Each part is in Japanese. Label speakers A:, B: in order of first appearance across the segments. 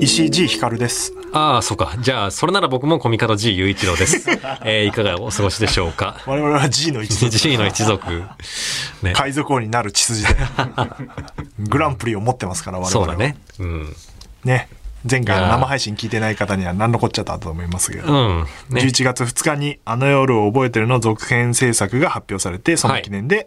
A: 石井 G 光です
B: ああ、そうか。じゃあ、それなら僕もコミカド G 雄一 郎です。えー、いかがお過ごしでしょうか。
A: 我々は G の一 族
B: G の一族。ね。
A: 海賊王になる血 筋でグランプリを持ってますから我々は
B: そうだね。うん。
A: ね前回
B: い
A: の
B: やー
A: 生配信聞いてない方には何のこっちゃだと思いますけど、
B: うん。ね。
A: 11月2日に「あの夜を覚えてる」の続編制作が発表されてその記念で、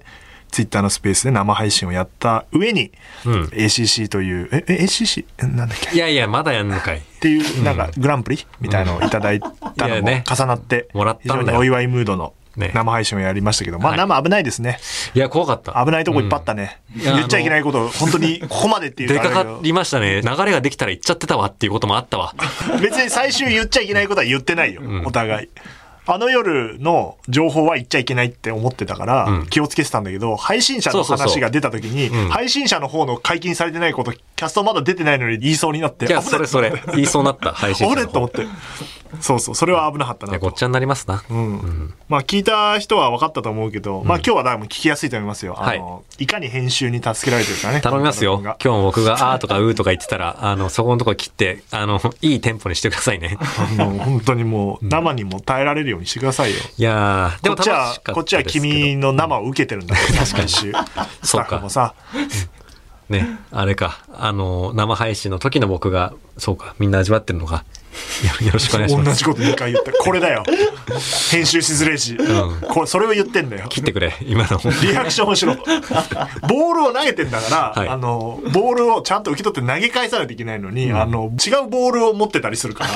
A: ツイッターのスペースで生配信をやった上に、
B: ん
A: ACC というええ ACC えなんだっけっ
B: いやいや、まだやんのかい。
A: ていうなんかグランプリみたいのをいただいた
B: い
A: の
B: や
A: も
B: ね
A: 重なって
B: もらっ
A: 非
B: たんだ
A: 常に
B: よ
A: お祝いムードの
B: ね
A: 生配信をやりましたけど、まあ
B: はい
A: 生危ないですね
B: いや、怖かった。
A: 危ないとこいっぱいあったね、
B: いや
A: 言っちゃいけないことを本当にここまでっていう
B: で
A: のはあ
B: か
A: れだけ
B: か
A: ど
B: りましたね。流れができたら行っちゃってたわっていうこともあったわ。
A: 別に最終言っちゃいけないことは言ってないよ、お互い。あの夜の情報は言っちゃいけないって思ってたから、気をつけてたんだけど、配信者の
B: そうそうそ
A: 話
B: う
A: が出た時に、配信者の方の解禁されてないこと、キャストまだ出てないのに言いそうになって、
B: いや、
A: 危
B: そ
A: ない
B: れそれ。言いそうになった配信
A: 危
B: 者
A: ない
B: の
A: と思
B: 方。
A: って。そうそう、それは危なかった
B: い
A: な
B: や、
A: と
B: ごっ。ちゃになりますな。
A: うんまあ聞いた人は分かったと思うけど、まあ今日は多分聞きやすいと思いますよ。あの、、
B: はい
A: かに編集に助けられてるかね。
B: 頼みますよ。今
A: が
B: 日も僕が、あーとかうーとか言ってたら、あの、そこのとこ切って、あの、いいテンポにしてくださいね。
A: もう本当にもう生にも耐えられるようにしてくださいよ。
B: いやー、で
A: こ
B: も
A: っち
B: 楽しかっ
A: は
B: たですけど。
A: こっちは君の生を受けてるんだから確かにス
B: そ
A: タッ
B: う
A: フ
B: か
A: も。さ
B: ね、あれか。あの、生配信の時の僕が、そうか、みんな味わってるのか。よよろしくお願いし
A: 同
B: ます。
A: じこと2回言ったこれ だよ編集しづれえし、
B: ん
A: これそれを言ってんだよ
B: 切ってくれ、今の。
A: リアクションをしろボールを投げてんだから、
B: はい
A: あのボールをちゃんと受け取って投げ返さないといけないのに、あの違うボールを持ってたりするから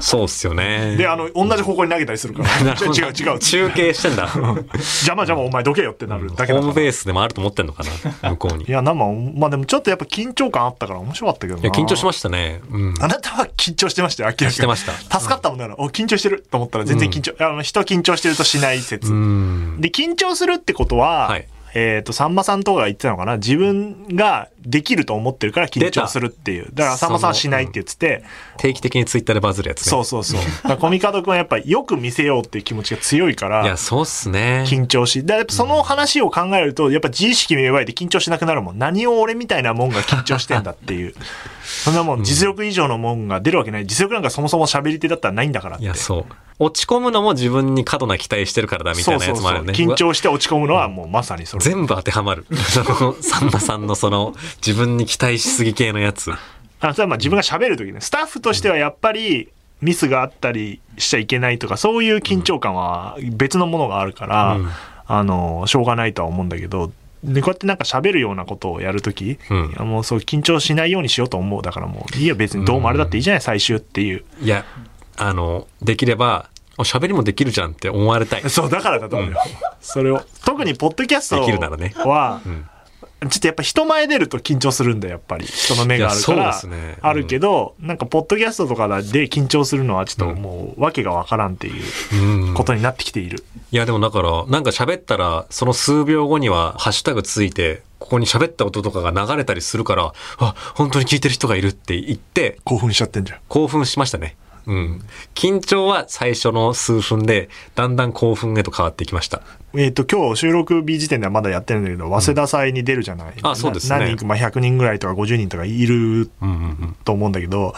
B: そうっすよね。
A: であの同じ方向に投げたりするから
B: なるほど
A: 違う違う違う
B: 中継してんだ。ホ
A: 邪魔邪魔お前どけよってなるだけだ
B: ー
A: か
B: ム
A: らい
B: ベースでもあると思ってんのかな、向こうに。いや、
A: や生まあでもちょっとやっぱ緊張感あったから面白かったけどな
B: 緊張しましたね。うん。
A: あなたは緊張してましたよ、明らかに。
B: してました
A: 助かったもんだから、お、緊張してると思ったら全然緊張、あの、人は緊張してるとしない説。
B: うん。
A: で、緊張するってことは、
B: はい
A: えっ、と、さんまさんとかが言ってたのかな、自分ができると思ってるから緊
B: 出
A: 張
B: た
A: するっていう。だから、さんまさんはしないって言ってて、
B: 定期的にツイッターでバズるやつね。
A: そうそう そう。だからコミカド君はやっぱりよく見せようっていう気持ちが強いか
B: いや、
A: ら、
B: そうっすね。
A: 緊張し、だからやっぱその話を考えると、やっぱ自意識芽生えて緊張しなくなるもん。何を俺みたいなもんが緊張してんだって いう。そんなもん、実力以上のもんが出るわけない。実力なんかそもそも喋り手だったらないんだからっ
B: い
A: て
B: や、。そう。落ち込むのも自分に過度な期待してるからだみたいなやつもあるよね。
A: 緊
B: うわ
A: 張して落ち込むのはもうまさにそれ。
B: 全部当てはまる。 その、さんまさんのその、自分に期待しすぎ系のやつ。
A: あそれはまあ自分が喋るときね。スタッフとしてはやっぱりミスがあったりしちゃいけないとか、そういう緊張感は別のものがあるから、
B: うん
A: あの、しょうがないとは思うんだけど、でこうやってなんか喋るようなことをやるとき、
B: う
A: い
B: ん
A: やもうそう緊張しないようにしようと思う。だからもう、いいよ別にどうもあれだっていいじゃない、最終っていう。
B: いや、あの、できれば、お喋りもできるじゃんって思われたい。
A: そう、だからだと思う よ。それを。特にポッドキャスト
B: できるならね
A: は、
B: ん
A: ちょっとやっぱ人前出ると緊張するんだよ、やっぱり。人の目があるか
B: いや
A: ら。
B: そうですねうん
A: あるけど、なんかポッドキャストとかで緊張するのはちょっともう、わけがわからんっていう
B: うん。
A: ことになってきている。
B: いや、でもだから、なんか喋ったら、その数秒後には、ハッシュタグついて、ここに喋った音とかが流れたりするから、あ、本当に聞いてる人がいるって言って、
A: 興奮しちゃってんじゃん。
B: 興奮しましたね。うん。緊張は最初の数分で、だんだん興奮へと変わっていきました。
A: えっ、と、今日収録日時点ではまだやってるんだけど、早稲田祭に出るじゃない。
B: あそうですね
A: な何人か、まあ、100人ぐらいとか50人とかいる
B: うんうんうん。
A: と思うんだけど、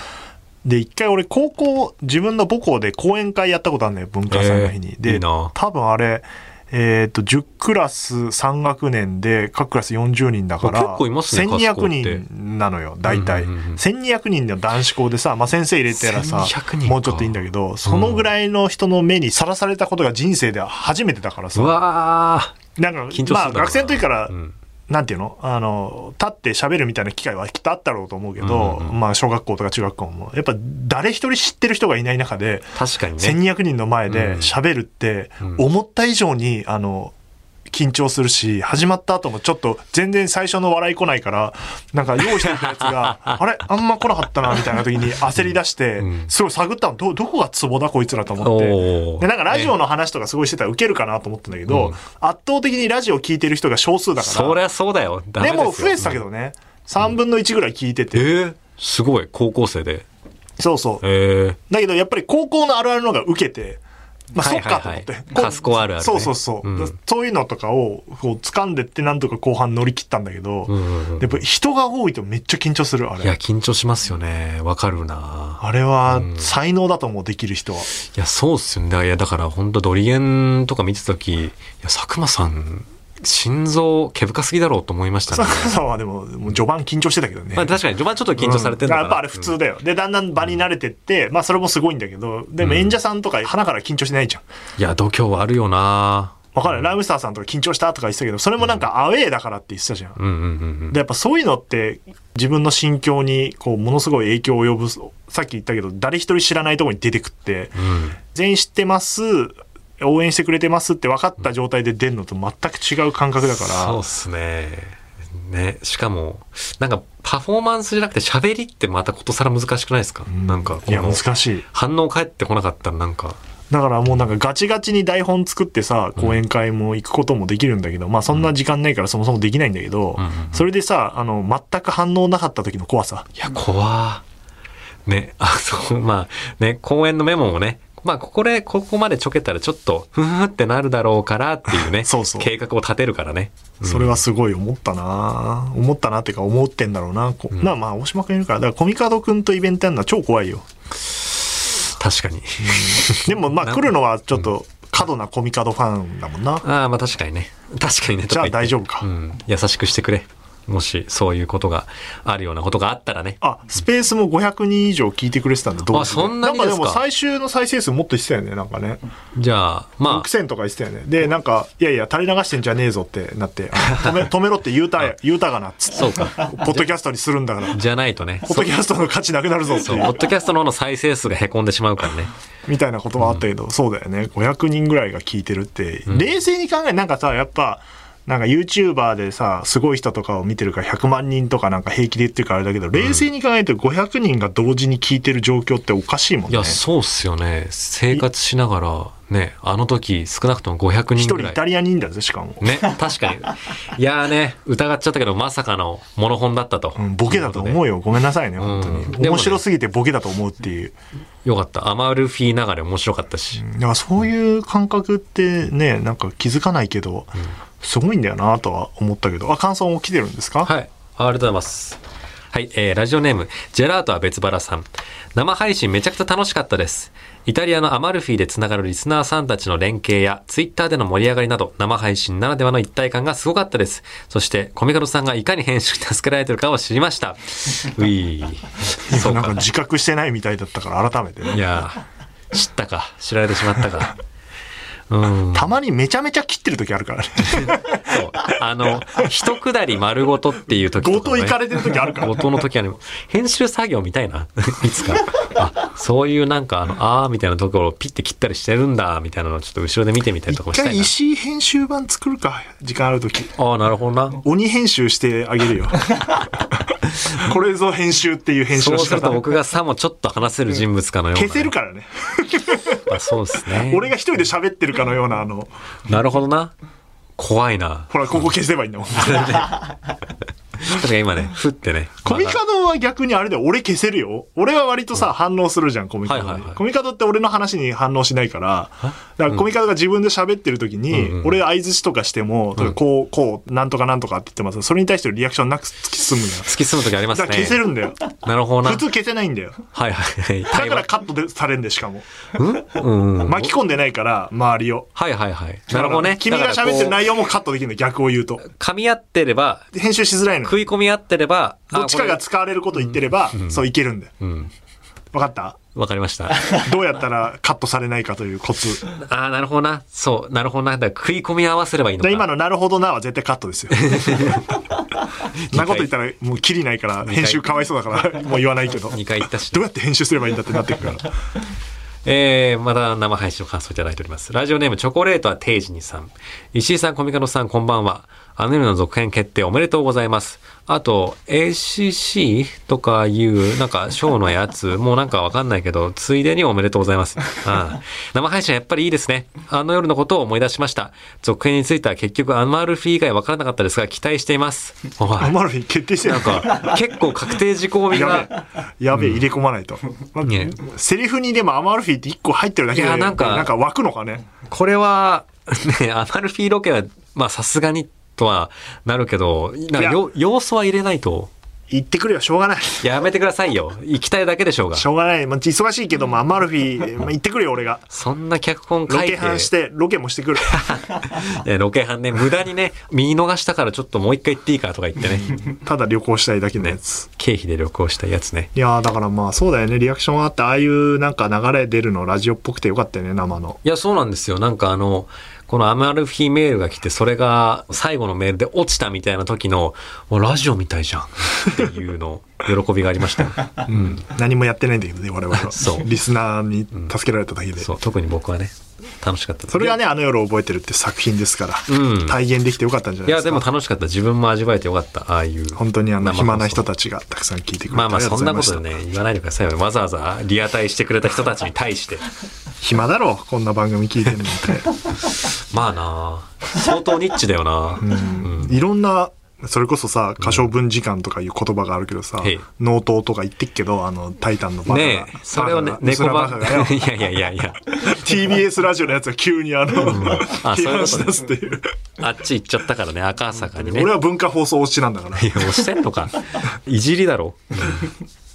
A: で、一回俺高校、自分の母校で講演会やったことあるんだよ、文化祭の日に。
B: えー
A: で
B: いいな
A: 多分あれ、えっ、と、10クラス3学年で、各クラス40人だから、
B: あ結構いますね各校って
A: 1200人なのよ、大体。
B: うんうんうん
A: 1200人の男子校でさ、まあ、先生入れたらさ
B: 1200人、か
A: もうちょっといいんだけど、そのぐらいの人の目にさらされたことが人生で初めてだから
B: う
A: さ、
B: わ
A: なんか
B: ー緊張する、
A: まあ、
B: だろうな
A: 学生の時から、
B: うん
A: なんていうのあの、立って喋るみたいな機会はきっとあったろうと思うけど、
B: うんう
A: まあ、小学校とか中学校も、やっぱ誰一人知ってる人がいない中で、
B: 確かにね。
A: 1200人の前で
B: うん
A: 喋るって、
B: うん
A: 思った以上に、あの、緊張するし、始まった後もちょっと全然最初の笑い来ないから、なんか用意してたやつ が、あれあんま来なかったな、みたいな時に焦り出して
B: うん、
A: すごい探ったの、ど、どこがツボだこいつらと思
B: お
A: って。
B: ー
A: でなんかラジオの話とかすごいしてたらウケるかなと思ったんだけど、
B: うん
A: 圧倒的にラジオ聞いてる人が少数だから。
B: そりゃそうだよ。ダメ
A: で
B: ですよ
A: も増えてたけどね、3分の1ぐらい聞いてて、
B: えーすごい、高校生で。
A: そうそう。
B: ええ
A: だけど、やっぱり高校のあるあるのが受けて、まあ、
B: は
A: そ
B: い
A: っ
B: はいは
A: か
B: い
A: と思って。
B: カスコあるあるね
A: そうそうそう。
B: うん
A: そういうのとかを、こう、掴んでって、なんとか後半乗り切ったんだけど、
B: うんうんうん
A: やっぱ人が多いとめっちゃ緊張する、あ
B: いや、
A: れ。
B: 緊張しますよね。わかるな
A: あれは
B: うん、
A: 才能だと思う、できる人は。
B: いや、そうっすよね。だからいや、だから本当ドリエンとか見てた時、いや、佐久間さん、心臓、毛深すぎだろうと思いましたね
A: 坂。さんはでも、もう序盤緊張してたけどね。
B: まあ確かに序盤ちょっと緊張されてるの
A: うん
B: かな、
A: やっぱあれ普通だよ。で、だんだん場に慣れてって、まあそれもすごいんだけど、でも演者さんとか鼻から緊張しないじゃん。
B: いや、度胸はあるよな
A: わかる、ライムスターさんとか緊張したとか言ってたけど、それもなんかアウェーだからって言ってたじゃん。
B: うんうんうんうん。
A: で、やっぱそういうのって、自分の心境に、こう、ものすごい影響を及ぶ、さっき言ったけど、誰一人知らないところに出てくって、
B: うん
A: 全員知ってます、応援してくれてますって分かった状態で出るのと全く違う感覚だから。
B: そうっすね。ね。しかも、なんか、パフォーマンスじゃなくて喋りってまたことさら難しくないですか、
A: う
B: なんか、こ
A: いや、
B: の、
A: 難しい。
B: 反応返ってこなかったらなんか、
A: だからもうなんかガチガチに台本作ってさ、講演会も行くこともできるんだけど、まあそんな時間ないからそもそもできないんだけど、
B: うんうんうん
A: それでさ、あの、全く反応なかった時の怖さ。
B: いや、怖ーね、あの、まあ、ね、公演のメモもね、まあ、ここで、ここまでちょけたらちょっと、ふふってなるだろうからっていうね、
A: そうそう
B: 計画を立てるからね。うん
A: それはすごい思ったな、思ったなっていうか思ってんだろうな。こ
B: ん
A: なまあ大島くんいるから、だからコミカドくんとイベントやるのは超怖い よ。
B: 確かに。
A: でもまあ
B: な
A: 来るのはちょっと過度なコミカドファンだもんな。
B: ああ、まあ確かにね。確かにね、
A: じゃあ
B: とか言って
A: 大丈夫か
B: うん。優しくしてくれ。もし、そういうことがあるようなことがあったらね。
A: あ、スペースも500人以上聞いてくれてたんだ、どう
B: あそんなにですか
A: んかでも最終の再生数もっとしてたよね、なんかね。
B: じゃあ、まあ、
A: 6000とか言ってたよね。で、なんか、いやいや、垂れ流してんじゃねえぞってなって、止 め、止めろって言うた、言うたがな、つって。
B: そうか。
A: ポッドキャストにするんだから。ポ
B: じゃないとね。
A: ッドキャストの価値なくなるぞって
B: そう、
A: い
B: ポッ
A: う、
B: ドキャストの方の再生数がへこんでしまうからね。
A: みたいなことはあったけど、そうだよね。500人ぐらいが聞いてるって、冷静に考え、なんかさ、やっぱ、なんか YouTuber でさ、すごい人とかを見てるから100万人とかなんか平気で言ってるからあれだけど、冷静に考えて500人が同時に聞いてる状況っておかしいもん
B: い
A: ね。
B: や、そうっすよね。生活しながら、ね、あの時、少なくとも500
A: 一
B: 人
A: 人
B: ぐら
A: イ
B: い。
A: タリア人だぜ、しかも。
B: ね、確かに。いやーね、疑っちゃったけど、まさかのモノホンだったと。
A: うん、ボケだと思うよ。ごめんなさいね、本当に。
B: うんでも
A: 面
B: ね
A: 白すぎてボケだと思うっていう。
B: よかった。アマルフィ流れ面白かったし。
A: だからそういう感覚ってねなんか気づかないけど、すごいんだよなとは思ったけどあ感想も来てるんですか、
B: はい。ありがとうございます。はい、えー、ラジオネーム、ジェラートは別腹さん。生配信めちゃくちゃ楽しかったです。イタリアのアマルフィでつながるリスナーさんたちの連携や、ツイッターでの盛り上がりなど、生配信ならではの一体感がすごかったです。そして、コミカドさんがいかに編集に助けられてるかを知りました。ういそう
A: なんか
B: か。
A: 自覚してないみたいだったから改めて
B: い
A: ね
B: やー知ったか。知られてしまったか。うん。
A: たまにめちゃめちゃ切ってる時ある からね
B: そう。あの、一くだり丸ごとっていう時
A: 強
B: とか
A: 盗
B: ね
A: 行かれてる時あるから
B: 後藤の時はね、編集作業みたいな、いつか。あ、そういうなんか、あの、あーみたいなところをピッて切ったりしてるんだ、みたいなのをちょっと後ろで見てみたりとか
A: 一
B: もした
A: 回
B: いな。
A: 石井編集版作るか時間ある時
B: ああ、なるほどな。
A: 鬼編集してあげ るよこれぞ編集っていう編集
B: そ
A: の
B: う
A: 仕
B: すると
A: 方
B: 僕がさもちょっと話せる人物かのような、
A: 消せるからね
B: あそうですね。
A: 俺が一人で喋ってるかのようなあの
B: なるほどな。怖いな。
A: ほらここ消せばいいんだもん
B: 確かに今ね、ふってね。
A: コミカドは逆にあれだよ、俺消せるよ。俺は割とさ、反応するじゃん、コミカドに、
B: はいはいはい
A: コミカドって俺の話に反応しないから、だからコミカドが自分で喋ってる時に、
B: うんうん
A: 俺相づちとかしても、とかこう、こう、なんとかなんとかって言ってますそれに対してのリアクションなく突き進むんだよ。
B: 突き進む時ありま
A: だか
B: す
A: ら
B: ね。
A: 消せるんだよ。
B: なるほどな。
A: 普通消せないんだよ。
B: はいはいは
A: だ
B: い。
A: からカットでされんで、しかも。
B: うんうん。
A: 巻き込んでないから、周りを。
B: はいはいはい。なるほどね。
A: 君が喋ってる
B: だからこ
A: 内容もカットできるんだよ、逆を言うと。
B: う噛み合ってれば、
A: 編集しづらいのよ。
B: 食い込み合ってれば、あ
A: どっちかが
B: こ
A: 使われること言ってれば、そういけるんだよ。
B: れうん。
A: わかった
B: わかり ました。
A: どうやったらカットされないかというコツ。
B: ああ、なるほどな。そう、なるほどな。だから食い込み合わせればいいの
A: だ
B: か。
A: 今の「なるほどな」は絶対カット ですよ。なこと言ったらもうキリないから編集かわいそうだからもう言わないけど。
B: 2回言ったし
A: どう。やって編集すればいいんだってなってくから。
B: えー、また生配信の感想いただいております。ラジオネームチョコレートは定時にさん。石井さん、コミカノさん、こんばんは。あの夜の続編決定おめでとうございます。あと、ACC とかいう、なんか、ショーのやつ、 もうなんかわかんないけど、ついでにおめでとうございます。うん、生配信はやっぱりいいですね。あの夜のことを思い出しました。続編については結局、アマルフィ以外わからなかったですが、期待しています。お
A: ア
B: い
A: マルフィ決定して
B: な
A: なん
B: か、結構確定事項み
A: や
B: が、
A: べえ、やべえ、入れ込まないと。まあ
B: ね
A: セリフにでもアマルフィって1個入ってるだけ
B: い
A: で、
B: や
A: な
B: なんん
A: か
B: か
A: 湧くのかね。
B: これは、 ね、アマルフィロケは、まあ、さすがに、とはなるけど、なんかよ、要素は入れないと。
A: 言ってくれよ、しょうがない。
B: やめてくださいよ。行きたいだけでしょうが
A: し。ょうがない。まあ、忙しいけど、まあ、アマルフィ、まあ、行ってくれよ、俺が。
B: そんな脚本
A: ロ
B: 書いて。
A: ケハンして、ロケもしてく る。
B: ねロケハンね、無駄にね、見逃したからちょっともう一回行っていいかとか言ってね。
A: ただ旅行したいだけのやつ。
B: 経費で旅行したやつね。
A: いやーだからまあ、そうだよね。リアクションあって、ああいうなんか流れ出るのラジオっぽくてよかったよね、生の。
B: いや、そうなんですよ。なんかあの、このアマルフィメールが来て、それが最後のメールで落ちたみたいな時の、もうラジオみたいじゃんっていうの、喜びがあり ましたよ。うん。
A: 何もやってないんだけどね、我々は。
B: そう
A: リスナーに助けられただけで。
B: そう、特に僕はね、楽しかった。
A: それがね、あの夜を覚えてるって作品ですから、
B: うん
A: 体現できてよかったんじゃない
B: い
A: で
B: や、
A: すか。
B: でも楽しかった。自分も味わえてよかった。ああいう。
A: 本当にあの、
B: 生放送
A: 暇な人たちがたくさん聞いてくれて
B: まあまあ、
A: りが
B: そんなこ
A: ござ
B: と
A: いま
B: で
A: し
B: ね、言わないでくださいよ。わざわざリアタイしてくれた人たちに対して。
A: た暇だろ、こんな番組聞いてるのっ
B: まあな相当ニッチだよな、 うん
A: て。いろんな、それこそさ、歌唱文時間とかいう言葉があるけどさ
B: へい、
A: 納刀とか言ってっけど、あの、タイタンのバカが。
B: ねえ、それをね、
A: バカが
B: 猫
A: バ
B: ば。
A: カがよ
B: いやいやいやいや、
A: TBS ラジオのやつは急にあの、
B: あそう
A: 批
B: いうことね
A: 判し出すっていう。
B: あっち行っちゃったからね、赤坂にね。
A: 俺は文化放送推しなんだから
B: い。や、押してんのか。いじりだろ。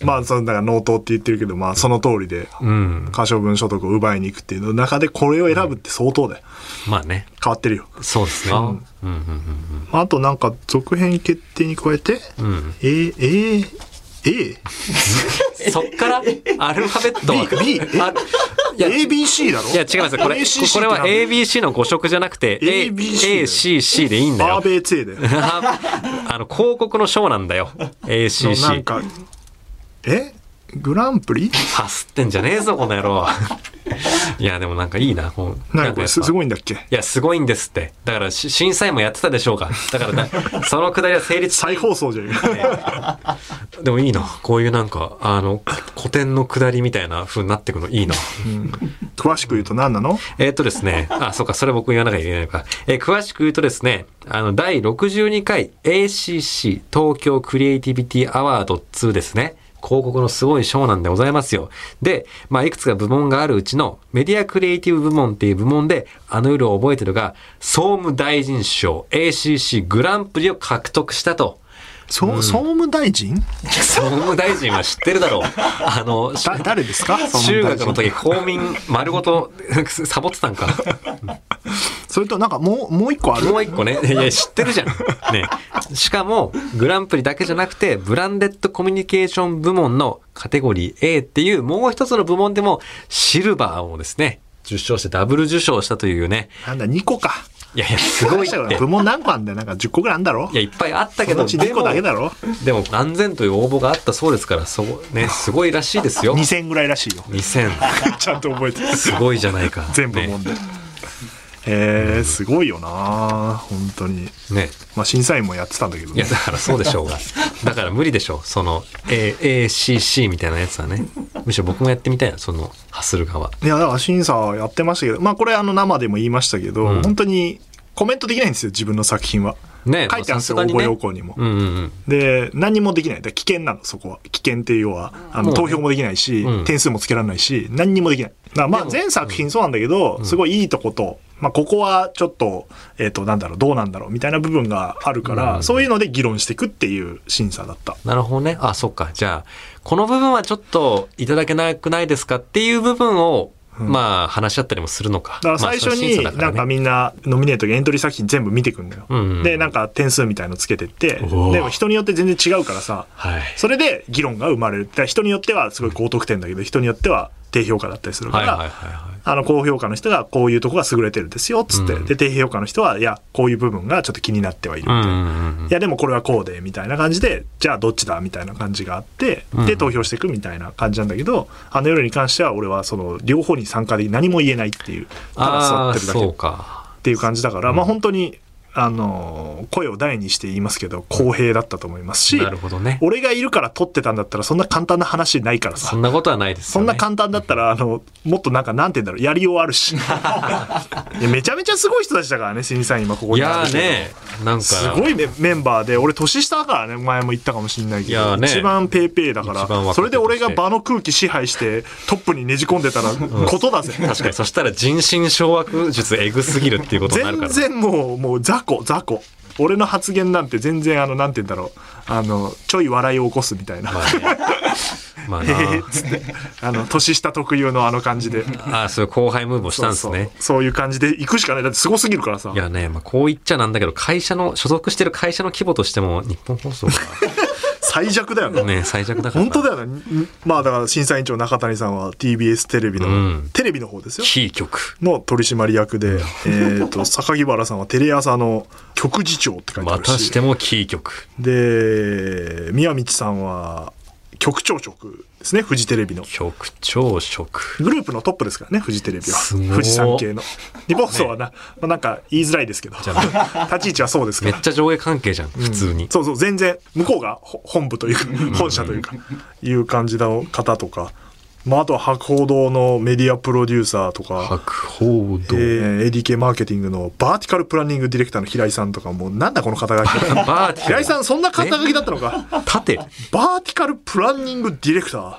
A: まあ、その、だから納刀って言ってるけど、まあ、その通りで、
B: うん。
A: 歌唱文所得を奪いに行くっていうの中でこれを選ぶって相当だよ。
B: まあね、
A: 変わってるよ。
B: そうですね。うんうん
A: あとなんか続編決定に加えて、
B: うんうん。
A: えー、えー、え
B: そっから、アルファベットは。
A: B B
B: あいや、
A: ー、
B: い
A: ABC だろ
B: や違いますこれ、
A: ACC
B: これは
A: ってなんだよ
B: ABC の誤色じゃなくて、A、
A: ABC
B: A、C、C でいいんだ
A: バ
B: よ
A: ー。ベーツ A だよ。
B: あの、広告の章なんだよ。A、C、
A: な
B: C
A: ん。か、えグランプリ
B: ハスってんじゃねえぞ、この野郎。いや、でもなんかいいな。こう
A: なんかこれ
B: やっ
A: す
B: ぱ
A: すごいんだっけ
B: いや、すごいんですって。だからし、審査員もやってたでしょうか。だからな、 そのくだりは成立し
A: 再放送じゃん。
B: でもいいな。こういうなんか、あの、古典のくだりみたいな風になってくのいいな。
A: 詳しく言うと何なの
B: えーっとですね、あ、そうか、それ僕言わなきゃいけないのか。えー詳しく言うとですね、あの、第62回 ACC 東京クリエイティビティアワード2ですね。広告のすごい賞なんでございますよ。で、まあ、いくつか部門があるうちの、メディアクリエイティブ部門っていう部門で、あの夜を覚えてるが、総務大臣賞 ACC グランプリを獲得したと。
A: そ総務大臣
B: 総務大臣は知ってるだろう。あの、
A: だ誰です か総務
B: 中
A: 大
B: 学の
A: 臣。
B: 時、公民丸ごとサボってたんか。
A: それとなんかもう、もう一個ある
B: もう一個 ね。いや、知ってるじゃん。ね。しかも、グランプリだけじゃなくて、ブランデッドコミュニケーション部門のカテゴリー A っていう、もう一つの部門でも、シルバーをですね、受賞してダブル受賞したというね。
A: なんだ、2個か。
B: いやいや、すごいっ
A: 大した
B: て
A: 部。門何個あんだよなんか10個ぐらいあんだろ
B: いや、いっぱいあったけ
A: その
B: ど、
A: うち2個だけだろ
B: でも、でも何千という応募があったそうですから、そう、ね、すごいらしいですよ。
A: ?2000 ぐらいらしいよ。
B: 2000。
A: ちゃんと覚えてる。
B: すごいじゃないか。
A: 全部
B: ね
A: もんで。えー、すごいよな本当に。
B: ね。
A: まあ審査員もやってたんだけど
B: いや、
A: ね。
B: だからそうでしょうが。だから無理でしょう。その、A、ACC みたいなやつはね。むしろ僕もやってみたいな、その、ハスル側。
A: いや、だから審査はやってましたけど、まあこれあの生でも言いましたけど、
B: うん
A: 本当にコメントできないんですよ、自分の作品は。
B: ね
A: 書いてあるんですよ、
B: まさすがに
A: 応募
B: ね
A: 要項にも。
B: うんうんうん。
A: で、何もできない。だから危険なの、そこは。危険っていう要は、あの、
B: もうね
A: 投票もできないし、
B: うん
A: 点数もつけられないし、何にもできない。だからまあ
B: でも
A: 全作品そうなんだけど、すごいいいとこと、まあここはちょっと、えっ、と、なんだろう、どうなんだろう、みたいな部分があるから、
B: うん
A: そういうので議論していくっていう審査だった。
B: なるほどね。あ、そっか。じゃあ、この部分はちょっといただけなくないですかっていう部分を、まあ、話し合ったりもするのか。
A: だから最初になんかみんなノミネートやエントリー作品全部見てくんだよ。
B: うんうん
A: で、なんか点数みたいのつけてって、で
B: おー
A: も人によって全然違うからさ、
B: はい。
A: それで議論が生まれる。だから人によってはすごい高得点だけど、人によっては低評価だったりするか
B: はい
A: ら、
B: はいはいはい。
A: あの、高評価の人がこういうとこが優れてるんですよ、つって。
B: うん
A: で、低評価の人は、いや、こういう部分がちょっと気になってはいるみ
B: う
A: たい
B: ん
A: な。
B: うんうん
A: いや、でもこれはこうで、みたいな感じで、じゃあどっちだみたいな感じがあって、で、
B: うん
A: 投票していくみたいな感じなんだけど、あの夜に関しては俺はその、両方に参加でき何も言えないっていう、ただ座
B: あ
A: っ
B: あ、
A: てるだけ
B: そ
A: っ
B: うか。
A: ていう感じだから、まあ本当に、あの声を大にして言いますけど公平だったと思いますし、
B: なるほどね。
A: 俺がいるから撮ってたんだったらそんな簡単な話ないから
B: そ
A: さ
B: んなことはないです
A: そ
B: よ
A: ん
B: ね。
A: な簡単だったらあのもっとなんかなんて言うんだろうやりようある しいやめちゃめちゃすごい人たちだからね審査員今ここ
B: い
A: に並
B: や
A: ん
B: ー
A: でるけど
B: ね、なんか、
A: すごいメメンバーで俺年下だからね前も言ったかもしれないけ
B: いや
A: ど
B: ーね
A: 一番ペーペーだか
B: 一番若手とし
A: ら
B: て
A: それで俺が場の空気支配してトップにねじ込んでたらことだぜ
B: 確かに、そしたら人心掌握術エグすぎるっていうことになるか
A: 全
B: ら。
A: 然もうもう雑魚雑魚俺の発言なんて全然あのなんて言うんだろうあのちょい笑いを起こすみたいな、
B: まあね。まあ
A: えー
B: な
A: っつってあの年下特有のあの感じで。
B: ああ、そういう後輩ムーブをしたんです
A: そう
B: ね。
A: そうそういう感じで行くしかないだってすごすぎるからさ
B: いやね、まあ、こう言っちゃなんだけど、会社の、所属してる会社の規模としても、日本放送
A: 最弱だよね
B: がね、最弱だから
A: 本
B: な。
A: 当だよねんまあだから審査員長中谷さんは TBS テレビの、
B: うん
A: テレビの方ですよ
B: キー局。
A: の取締役で、えっ と榊原さんはテレ朝の局次長って書いてあ
B: ま
A: る
B: た
A: し
B: してもキー局。
A: で宮道さんは局長職ですねフジテレビの
B: 局長職。
A: グループのトップですからねフジテレビは
B: すごい
A: 富士山系の日本放送はな、まあ、なんか言いづらいですけど 立
B: ゃ
A: ち位置はそうですか
B: め
A: ら
B: っちゃ上下関係じゃん、普通に。
A: そうそう、全然、向こうがほ本部というか、本社というか、いう感じの方とか、まあ、あとは博報堂のメディアプロデューサーとか、
B: 白報
A: え
B: 堂。
A: ー、ADK マーケティングのバーティカルプランニングディレクターの平井さんとか、もうなんだこの肩書き。
B: バーティカル
A: 平井さん、そんな肩書きだったのか。
B: 縦
A: バーティカルプランニングディレクター。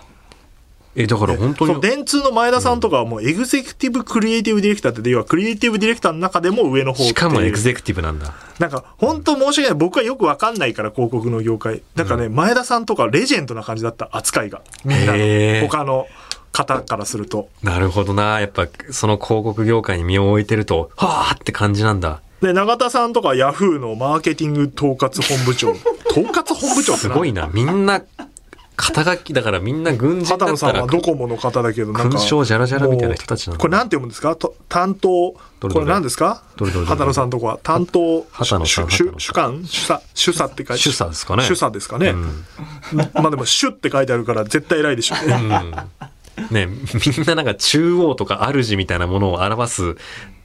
B: え、だから本当
A: そ
B: に
A: の。電通の前田さんとかはもうエグゼクティブクリエイティブディレクターって、要はクリエイティブディレクターの中でも上の方っていう
B: しかもエグゼクティブなんだ。
A: なんか、本当申し訳ない。僕はよくわかんないから、広告の業界。なんかね、前田さんとかレジェンドな感じだった、扱いが。みんな
B: へー
A: の、他の方からすると。
B: なるほどな。やっぱ、その広告業界に身を置いてると、はぁって感じなんだ。
A: で、永田さんとかヤフーのマーケティング統括本部長。 統括本部長って
B: す
A: な
B: ごいな。みんな、肩書きだからみんな軍人
A: 畑
B: だっ
A: 野さ
B: た
A: ん
B: ら
A: は、ドコモの方だけど、なんか。
B: 勲章じゃらじゃらみたいな人たちなの
A: もうこれなんて読むんですかと担当。こ
B: どれどれ
A: れ何ですか
B: どれどれどれ
A: 畑野さんとこは。担当。
B: 畑野さん
A: 主主
B: 畑野さん
A: 主幹主査主査って書いて
B: 主査ですかね
A: 主査ですかね。まあでも、主って書いてあるから絶対偉いでしょうね。
B: ね、みんななんか中央とか主みたいなものを表す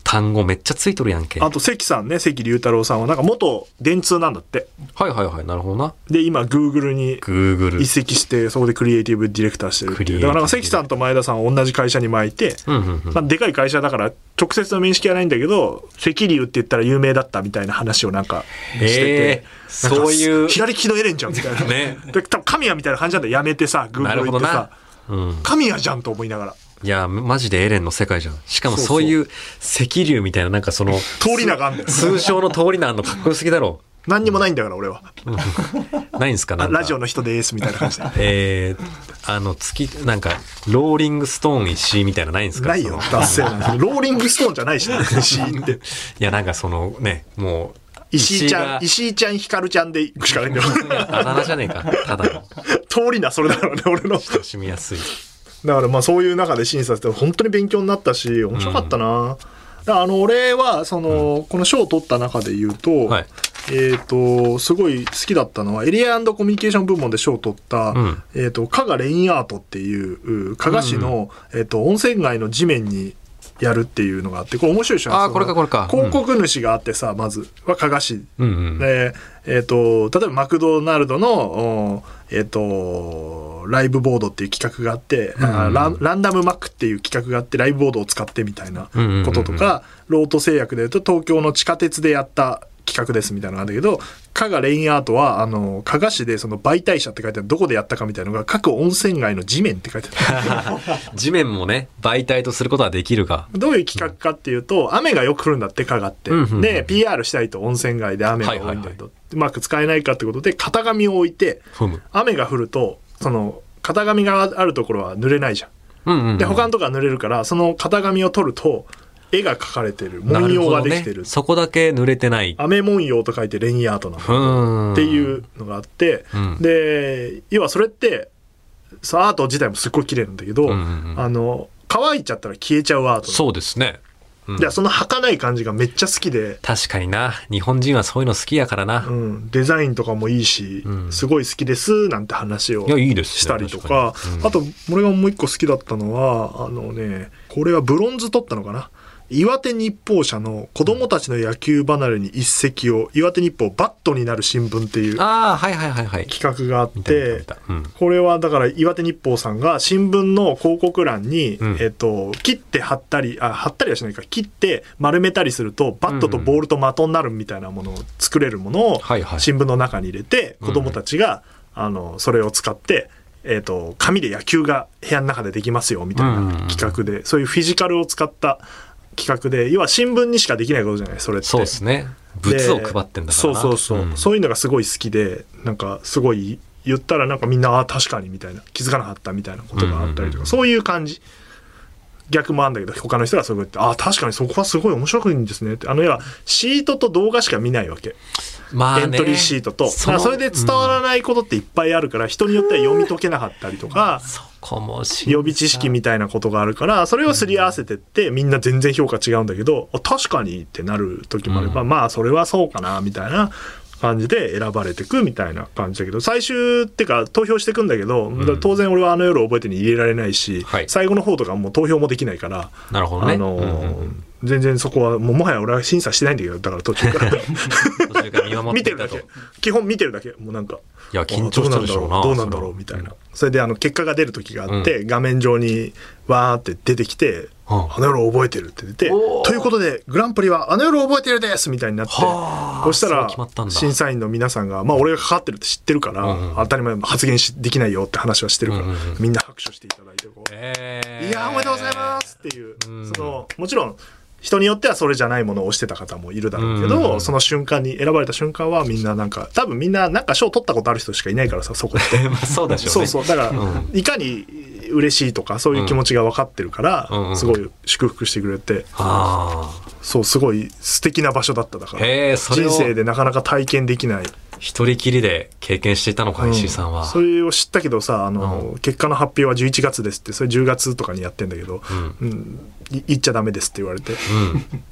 B: 単語めっちゃついとるやんけ。は
A: あと関さんね関龍太郎さんはなんか元電通なんだって
B: いはいはい、なるほどな。
A: で今グーグルに
B: Google
A: 移。籍してそこでクリエイティブディレクターしてるっていうだからなんか関さんと前田さんは同じ会社に巻いて、
B: うんうんうん。
A: まあ、でかい会社だから直接の面識はないんだけど関龍って言ったら有名だったみたいな話をなんかしてて、
B: えー、そういう。
A: 左利きのエレンじゃんみたいな、
B: ね
A: で多分神谷みたいな感じなんだよやめてさグ
B: な
A: ー
B: る
A: グル行
B: ほど
A: って
B: な
A: さ。
B: うん。
A: 神谷じゃんと思いながら
B: いや、マジでエレンの世界じゃん。しかもそういう赤流みたいななんかその、
A: 通り名があんだよ
B: 通称の通りなんのかっこよすぎだろ。
A: 何にもないんだから俺は
B: ないんですかなんか
A: ラジオの人ですみたいな感じで
B: えー、あの、月、なんか、ローリングストーン石井みたいなのないんですか
A: ない
B: そ
A: よ
B: の
A: 達成なんてローリングストーンじゃないし ね石井って
B: いや、なんかそのね、もう、
A: 石井ちゃん、
B: 石
A: 石
B: 井
A: 井ちゃん、ヒカルちゃんで行くしかないんだよ。
B: があだ名じゃねえか。ただの。
A: 通りな、それだろうね、俺の。
B: 親しみやすい。
A: だからまあそういう中で審査して、本当に勉強になったし、面白かったな。だからあの、俺は、その、この賞を取った中で言うと、
B: はい
A: えっ、と、すごい好きだったのは、エリアコミュニケーション部門で賞を取った、
B: ん
A: えっ、と、加賀レインアートっていう、う加賀市の、えっ、と、温泉街の地面に、やるっていうのがあって、これ面白いでしょ
B: あー
A: その
B: これかこれかうん
A: 広告主があってさ、まずは加賀市
B: うんうん。
A: で、えっ、と、例えばマクドナルドの、おえっ、と、ライブボードっていう企画があって、あーラン、ランダムマックっていう企画があって、ライブボードを使ってみたいなこととか、ロート製薬で言うと東京の地下鉄でやった企画ですみたいなのがあるんだけど、加賀レインアートは、あの、加賀市でその媒体者って書いてある、どこでやったかみたいなのが、各温泉街の地面って書いてある。
B: 地面もね、媒体とすることはできるが。
A: どういう企画かっていうと、雨がよく降るんだって、加賀って。
B: うんうんうん
A: で、PR したいと温泉街で雨が多いんだけど、
B: はいはいは
A: うまく使えないかってことで、型紙を置いて、
B: ふむ。
A: 雨が降ると、その、型紙があるところは濡れないじゃ
B: うんうんうん
A: ん。で、他のところは濡れるから、その型紙を取ると、絵が描かれてる、文様ができて
B: なほど
A: る
B: ね。そこだけ濡れてない。
A: 雨文様と書いてレインアートなの。
B: うーん。
A: っていうのがあって、
B: うん
A: で要はそれってさアート自体もすっごい綺麗なんだけど、
B: うんうんうん
A: あの乾いちゃったら消えちゃうアート
B: そうですね。うん
A: で、その儚い感じがめっちゃ好きで、
B: 確かにな。日本人はそういうの好きやからな
A: う。ん、デザインとかもいいし、
B: うん
A: すごい好きですなんて話を
B: いや、いいですね
A: したりとか
B: 確にうん
A: あと俺がもう一個好きだったのはあのねこれはブロンズ取ったのかな岩手日報社の子供たちの野球離れに一石を、岩手日報バットになる新聞っていう
B: ああ、はいはいはいはい。
A: 企画があっ
B: 見た見
A: て
B: た見、たうん
A: これはだから岩手日報さんが新聞の広告欄に、
B: ん
A: えっと、切って貼ったり、あ、貼ったりはしないか、切って丸めたりすると、バットとボールと的になるみたいなものを作れるものを
B: はいはい
A: 新聞の中に入れて、子供たちが、あの、それを使って、えっと、紙で野球が部屋の中でできますよ、みたい
B: うんうんう
A: なん企画で、そういうフィジカルを使った企画で、要は新聞にしかできないことじゃない、それって。
B: そうですね。物を配ってんだからな。
A: そうそうそう、
B: ん
A: そういうのがすごい好きでなんかすごい言ったらなんかみんなあー確かにみたいな気づかなかったみたいなことがあったりとか、
B: うんうんうん
A: そういう感じ逆もあるんだけど他の人がそういうこと言ってあー確かにそこはすごい面白いんですねってあの要はシートと動画しか見ないわけ
B: まあ
A: エ
B: ね
A: ントリーシートと、だからそれで伝わらないことっていっぱいあるから、人によっては読み解けなかったりとか、
B: そこもし
A: 予備知識みたいなことがあるから、それをすり合わせてって、みんな全然評価違うんだけど、あ確かにってなる時もあれば、まあ、それはそうかな、みたいな感じで選ばれてくみたいな感じだけど、最終ってか、投票してくんだけど、だから当然俺はあの夜覚えてに入れられないし、
B: はい
A: 最後の方とかもう投票もできないから、
B: なるほどね。
A: あのー
B: うんうんうん
A: 全然そこは、もうもはや俺は審査してないんだけど、だから途中から。
B: 途中から見守
A: 見
B: ってて
A: る
B: い
A: だ
B: たと
A: け。基本見てるだけもうなんか
B: いや緊張したでしょうな
A: あどうなんだろうどうなんだろうみたいなそれであの結果が出る時があって、画面上にわーって出てきて「
B: うん
A: あの夜覚えてる」って出て「
B: おー
A: ということでグランプリはあの夜覚えてるです」みたいになって
B: はあ
A: そした
B: そう
A: ら
B: 決まったんだ
A: 審査員の皆さんがまあ俺が関わってるって知ってるから、
B: うんうん
A: 当たり前発言しできないよって話はしてるから、
B: うんうんうん
A: みんな拍手していただいてこう
B: えー
A: いやーおめでとうございますっていう、
B: うん
A: そのもちろん人によってはそれじゃないものを推してた方もいるだろうけど、
B: うん
A: その瞬間に選ばれた瞬間はみんななんか多分みんななんか賞取ったことある人しかいないからさそこって
B: まあそうでしょうね。
A: そうそうだから、
B: うん
A: いかに嬉しいとかそういう気持ちが分かってるから、
B: うん
A: すごい祝福してくれて
B: あ
A: そうすごい素敵な場所だっただか
B: あ。
A: ら
B: へえ、それ
A: 人
B: を
A: 生でなかなか体験できない
B: 一人きりで経験していたのか、石井さんは。
A: それを知ったけどさあの、結果の発表は11月ですってそれ10月とかにやってんだけど、うんい言っちゃダメですって言われて。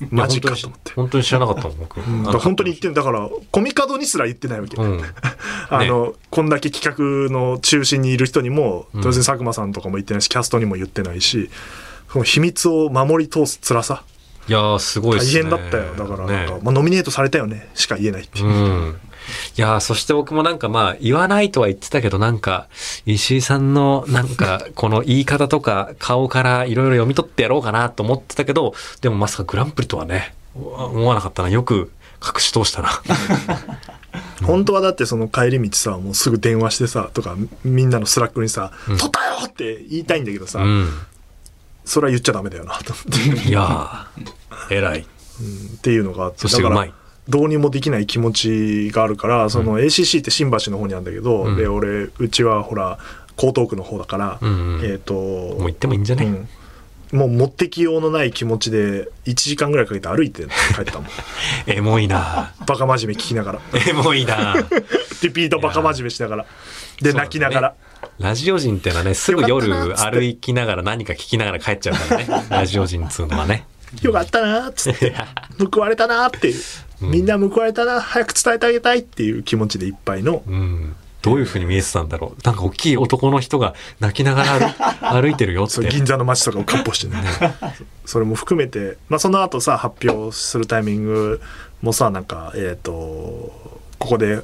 B: うん。
A: マジか
B: いや
A: と思って
B: 本当に知らなかったもん、僕。
A: だから本当に言ってんだからコミカドにすら言ってないわけ、
B: うん。
A: あのこんだけ企画の中心にいる人にも当然佐久間さんとかも言ってないし、キャストにも言ってないしその秘密を守り通す辛さ
B: いやー、すごいっ
A: 大
B: すね。
A: 変だったよだからなんか、
B: ね
A: まあ、ノミネートされたよねしか言えないっていうう、
B: ん。いやーそして僕もなんかまあ、言わないとは言ってたけど、なんか、石井さんのなんか、 この言い方とか、顔からいろいろ読み取ってやろうかなと思ってたけど、でもまさかグランプリとはね、思わなかったな。よく隠し通したな。
A: 本当はだってその帰り道さもうすぐ電話してさとかみんなのスラックにさ「取ったよ!」って言いたいんだけどさ、
B: うん。
A: それは言っちゃダメだよなと思って
B: いやー、偉い。
A: っていうのがあって
B: そして
A: だから
B: うまい
A: どうにもできない気持ちがあるからその ACC って新橋の方にあるんだけど、
B: ん
A: で俺うちはほら江東区の方だから、
B: うんうん
A: えっ、とも
B: もう言ってもいいんじゃね、
A: うんもう持ってきようのない気持ちで1時間ぐらいかけて歩いて帰った もん
B: エモいな
A: バカ真面目聞きながら
B: エモいな
A: リピートバカ真面目しながらで泣きながら、
B: ラジオ人ってのはね、すぐ夜
A: よかったなっつって
B: 歩きながら何か聞きながら帰っちゃうから ね。ラジオ人っつうのはね。
A: よかったなーっつって報われたなーっていう、みんな報われたな早く伝えてあげたいっていう気持ちでいっぱいの
B: うん。どういう風に見えてたんだろう。なんか大きい男の人が泣きながら 歩歩いてるよっ
A: そう
B: て。
A: 銀座の街とかをかっ歩してね それも含めて、まあ、その後さ発表するタイミングもさなんかえっ、とここで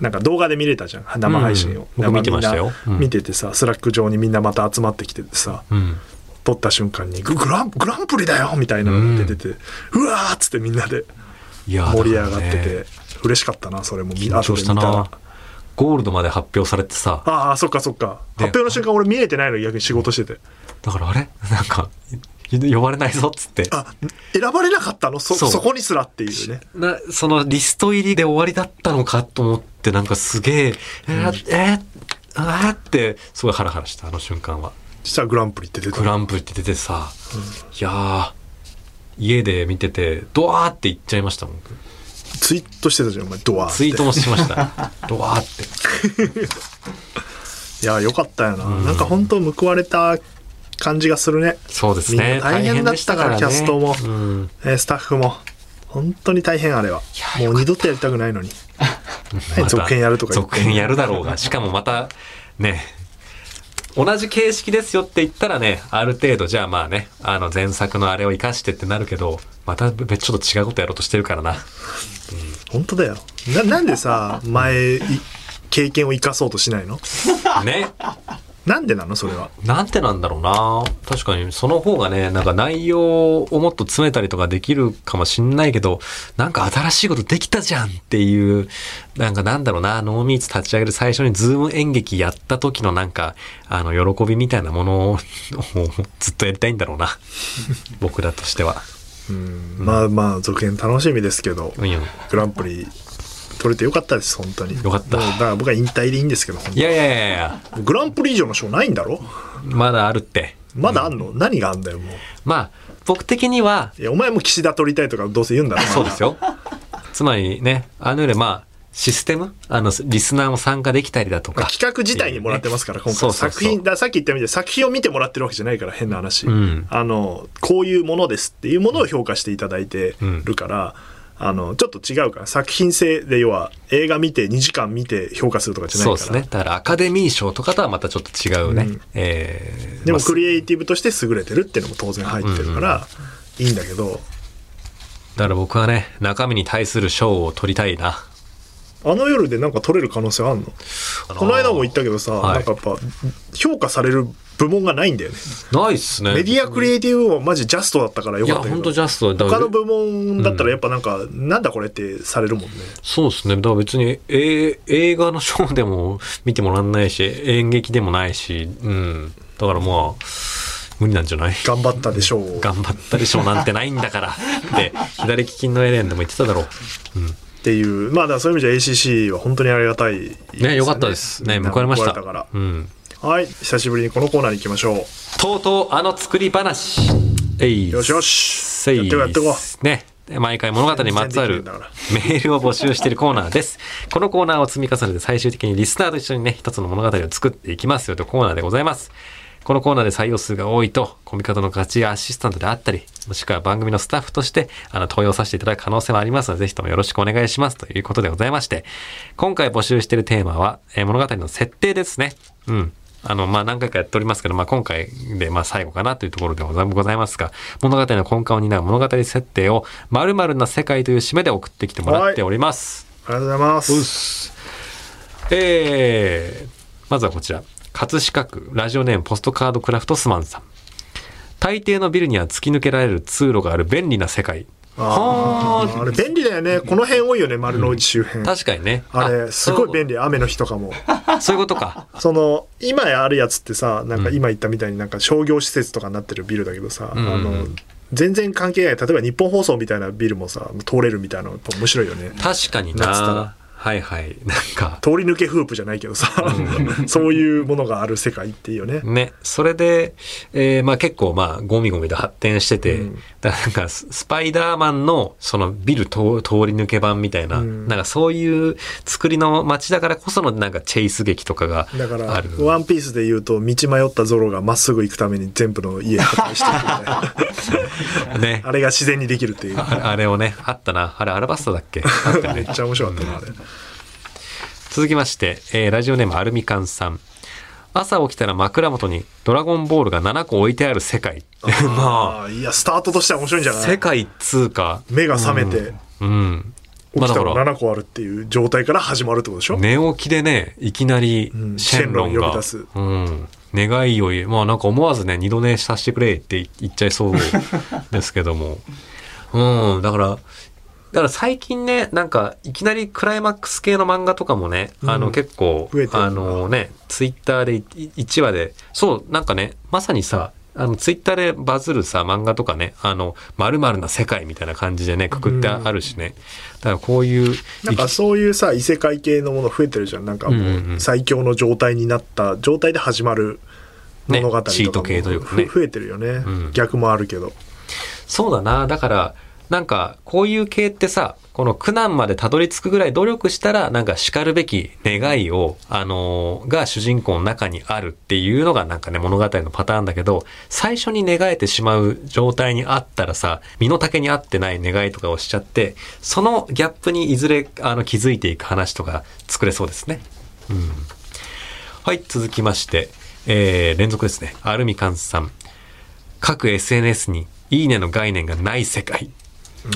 A: なんか動画で見れたじゃん生配信を、
B: うんうん僕見てましたよ
A: みんな
B: うん
A: 見ててさスラック上にみんなまた集まってきててさ
B: うん。
A: 撮った瞬間にググラングランプリだよみたいなのが出てて、うわーっつってみんなで
B: いやー
A: 盛り上がって。
B: だ
A: て、
B: らね
A: 嬉しかったなそれも
B: 緊張した
A: 後で見
B: な
A: たら。
B: ゴールドまで発表されてさ、
A: ああそっかそっか
B: で
A: 発表の瞬間俺見えてないの逆に仕事してて
B: だからあれなんか、呼ばれないぞっつって。
A: あ選ばれなかったのそ
B: そう
A: そこにすらっていうね
B: な、そのリスト入りで終わりだったのかと思って、なんかすげえ、えー、えー、あーって、すごいハラハラした、あの瞬間は。
A: 実はグランプリって出て
B: グ
A: る
B: ランプリって出てさ、いやー、家で見てて、ドワーって言っちゃいましたもん。
A: ツイートしてたじゃんお前ドアって
B: ツイートもしました。 ドワーって。
A: いやよかったよな、なんか本当報われた感じがするね、
B: そうです
A: み
B: ね。
A: んな大変だったから
B: 大変
A: キャ
B: で
A: ス
B: し
A: トも
B: うん
A: えースタッフも本当に大変あれはもう二度とやりたくないのに
B: また
A: 続編やるとか言って
B: 続編やるだろうが。しかもまた、ね、同じ形式ですよって言ったらね、ある程度、じゃあまあね、あの前作のあれを活かしてってなるけど、またべちょっと違うことやろうとしてるからな。
A: 本当だよななんでさ前い経験を生かそうとしないの
B: ね。
A: なんでなのそれは
B: なんてなんだろうな。確かに、その方がね、なんか内容をもっと詰めたりとかできるかもしんないけど、なんか新しいことできたじゃんっていう、なんかなんだろうな、ノーミーツ立ち上げる最初にズーム演劇やった時のなんか、あの、喜びみたいなものを ずっとやりたいんだろうな。僕らとしては。
A: うんまあまあ続編楽しみですけど
B: うんよ。
A: グランプリ取れてよかったです本当に
B: よかった
A: もうだから僕は引退でいいんですけど本当
B: いやいやいやいや、
A: グランプリ以上の賞ないんだろ
B: まだあるって。
A: まだあんの、何があんだよもう
B: まあ、僕的には、
A: いやお前も岸田取りたいとかどうせ言うんだろ
B: そうですよ。つまりね、あのよりまあ、システムあの、リスナーも参加できたりだとか。
A: 企画自体にもらってますから、今
B: そう
A: 回
B: そうそう
A: 作品ださっき言ったみたいに作品を見てもらってるわけじゃないから変な話、
B: ん
A: あのこういうものですっていうものを評価していただいてるから、あのちょっと違うから作品性で要は映画見て2時間見て評価するとかじゃな
B: そ
A: いうか
B: で
A: ら
B: すね。だからアカデミー賞とかとはまたちょっと違うね。えー
A: でも
B: まあ
A: クリエイティブとして優れてるっていうのも当然入ってるから、いいんだけど
B: だから僕はね、中身に対する賞を取りたいな。
A: あの夜でなんか取れる可能性あんのこの間も言ったけどさ、
B: はい
A: なんかやっぱ評価される部門がないんだよね
B: ないっすね。
A: メディアクリエイティブ部門はマジジャストだったからよ
B: い
A: か
B: や、
A: ったけど
B: ほんとジャストだ。だ
A: 他
B: から
A: の部門だったらやっぱなんか、なんだこれってされるもんね。
B: そうですね。だから別に、えー映画の賞でも見てもらんないし、演劇でもないし、うん。だからまあ、無理なんじゃない
A: 頑張ったでしょう。っ
B: 頑張ったでしょうなんてないんだから。で、左利きのエレンでも言ってただろう。
A: ていう。まあだからそういう意味じゃ ACC は本当にありがたいです
B: ね、よかったです。ね、報われました。
A: 報われたか
B: うん。
A: ら。はい。久しぶりにこのコーナーに行きましょう。
B: とうとうあの作り話。えい。
A: よしよし
B: せい。
A: やってこうやってこ
B: ね。毎回物語にまつわる
A: 全然できね
B: メールを募集しているコーナーです。このコーナーを積み重ねて最終的にリスナーと一緒にね、一つの物語を作っていきますよというコーナーでございます。このコーナーで採用数が多いと、コミカドのガチアシスタントであったり、もしくは番組のスタッフとして、あの、登用させていただく可能性もありますので、ぜひともよろしくお願いしますということでございまして、今回募集しているテーマは、えー物語の設定ですね。うん。あの、まあ、何回かやっておりますけど、まあ、今回で、まあ、最後かなというところでござございますが、物語の根幹を担う物語設定を、〇〇な世界という締めで送ってきてもらっております。
A: ありがとうございます。
B: えーまずはこちら。葛飾区、ラジオネーム、ポストカードクラフトスマンさん。大抵のビルには突き抜けられる通路がある便利な世界。
A: あーあれ便利だよね。この辺多いよね、丸の内周辺。
B: 確かにね。
A: あれ、すごい便
B: 利。
A: 利。雨の日とかも。
B: そういうことか。
A: その、今あるやつってさ、なんか今言ったみたいになんか商業施設とかになってるビルだけどさ、
B: ん
A: あの、全然関係ない。例えば日本放送みたいなビルもさ、通れるみたいなのやっぱ面白いよね。
B: 確かに
A: なんつった
B: な
A: ら。
B: はいはい。なんか、
A: 通り抜けフープじゃないけどさ、 そういうものがある世界っていいよね。
B: ね、それで、えーまあ結構まあゴミゴミで発展してて、だからなんかススパイダーマンのそのビルと通り抜け版みたいな、
A: うん
B: なんかそういう作りの街だからこそのなんかチェイス劇とかが
A: だから、
B: ある。
A: ワンピースで言うと、道迷ったゾロがまっすぐ行くために全部の家破壊していくみたいな。
B: ね。
A: あれが自然にできるっていう。
B: ああれをね、あったな。あれアラバスタだっ けあったよ
A: め
B: ね
A: っ。ちゃ面白かったな、あれ。
B: 続きまして、えーラジオネームアルミカンさん。朝起きたら枕元にドラゴンボールが7個置いてある世界。 まあ、
A: あーいや、スタートとしては面白いんじゃな
B: 世
A: い
B: 界っつうか、
A: 目が覚めて、
B: うん。
A: 起
B: まあ
A: き
B: だ
A: た
B: から
A: ら7個あるっていう状態から始まるってことでしょ、
B: 寝起きでね、いきなり
A: ん、
B: シェンロンが、
A: シェン
B: うん、願いを言え、まあなんか思わずね、二度寝させてくれって言っちゃい そうですけども。うん、だから、だから最近ね、なんか、いきなりクライマックス系の漫画とかもね、あ
A: う
B: の
A: ん
B: 結構
A: 増え、てるな
B: あのね、ツイッターで1話で、そう、なんかね、まさにさ、あの、ツイッターでバズるさ、漫画とかね、あの、〇〇な世界みたいな感じでね、くくってあるしね。だからこういう、
A: なんかそういうさ異世界系のもの増えてるじゃんなんか
B: うんうんう
A: も
B: ん
A: う最強の状態になった状態で始まる物語とか
B: ねチート
A: も
B: 系というかね
A: ふ増えてるよね、
B: ん
A: 逆もあるけど
B: そうだな。だから、なんか、こういう系ってさ、この苦難までたどり着くぐらい努力したら、なんか叱るべき願いを、あのーが主人公の中にあるっていうのがなんかね、物語のパターンだけど、最初に願えてしまう状態にあったらさ、身の丈に合ってない願いとかをしちゃって、そのギャップにいずれ、あの、気づいていく話とか作れそうですね。はい、続きまして、えー連続ですね。アルミカンさん。各 SNS にいいねの概念がない世界。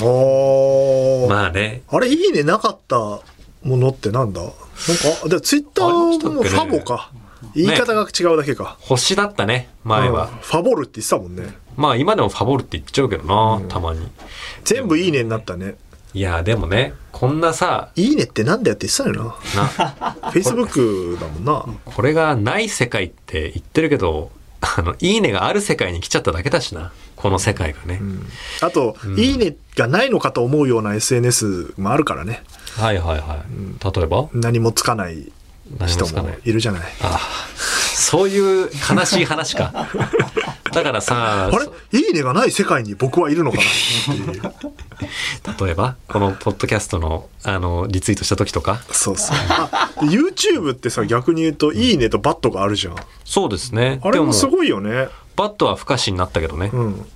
A: おー
B: まあね。
A: あれ、いいねなかったものってなんだなんか、あでツイッターも
B: ありま
A: フ
B: したっ
A: ァ
B: けね
A: ボか。言い方が違うだけか。
B: 星だったね、前は。
A: うんファボるって言ってたもんね。
B: まあ今でもファボルって言っちゃうけどな、たまに。
A: 全部いいねになったね。
B: いや、でもね、こんなさ、
A: いいねってなんだよって言ってたよ
B: な、
A: な。Facebook だもんな。
B: これがない世界って言ってるけど、あの、いいねがある世界に来ちゃっただけだしな。この世界がね。
A: あと、いいねがないのかと思うような SNS もあるからね。
B: はいはいはい。例えば
A: 何もつかない
B: 何
A: 人
B: もつか
A: も
B: ない。
A: いるじゃない。
B: ああ、そういう悲しい話 か。だからさ、
A: あれいいねがない世界に僕はいるのかなっていう。
B: 例えば、このポッドキャストの、あの、リツイートした時とか。
A: そう そう。あ、で YouTube ってさ、逆に言うと、いいねとバットがあるじゃん。
B: そうですね。
A: あれもすごいよね。
B: バットは不可視になったけどね。
A: うん。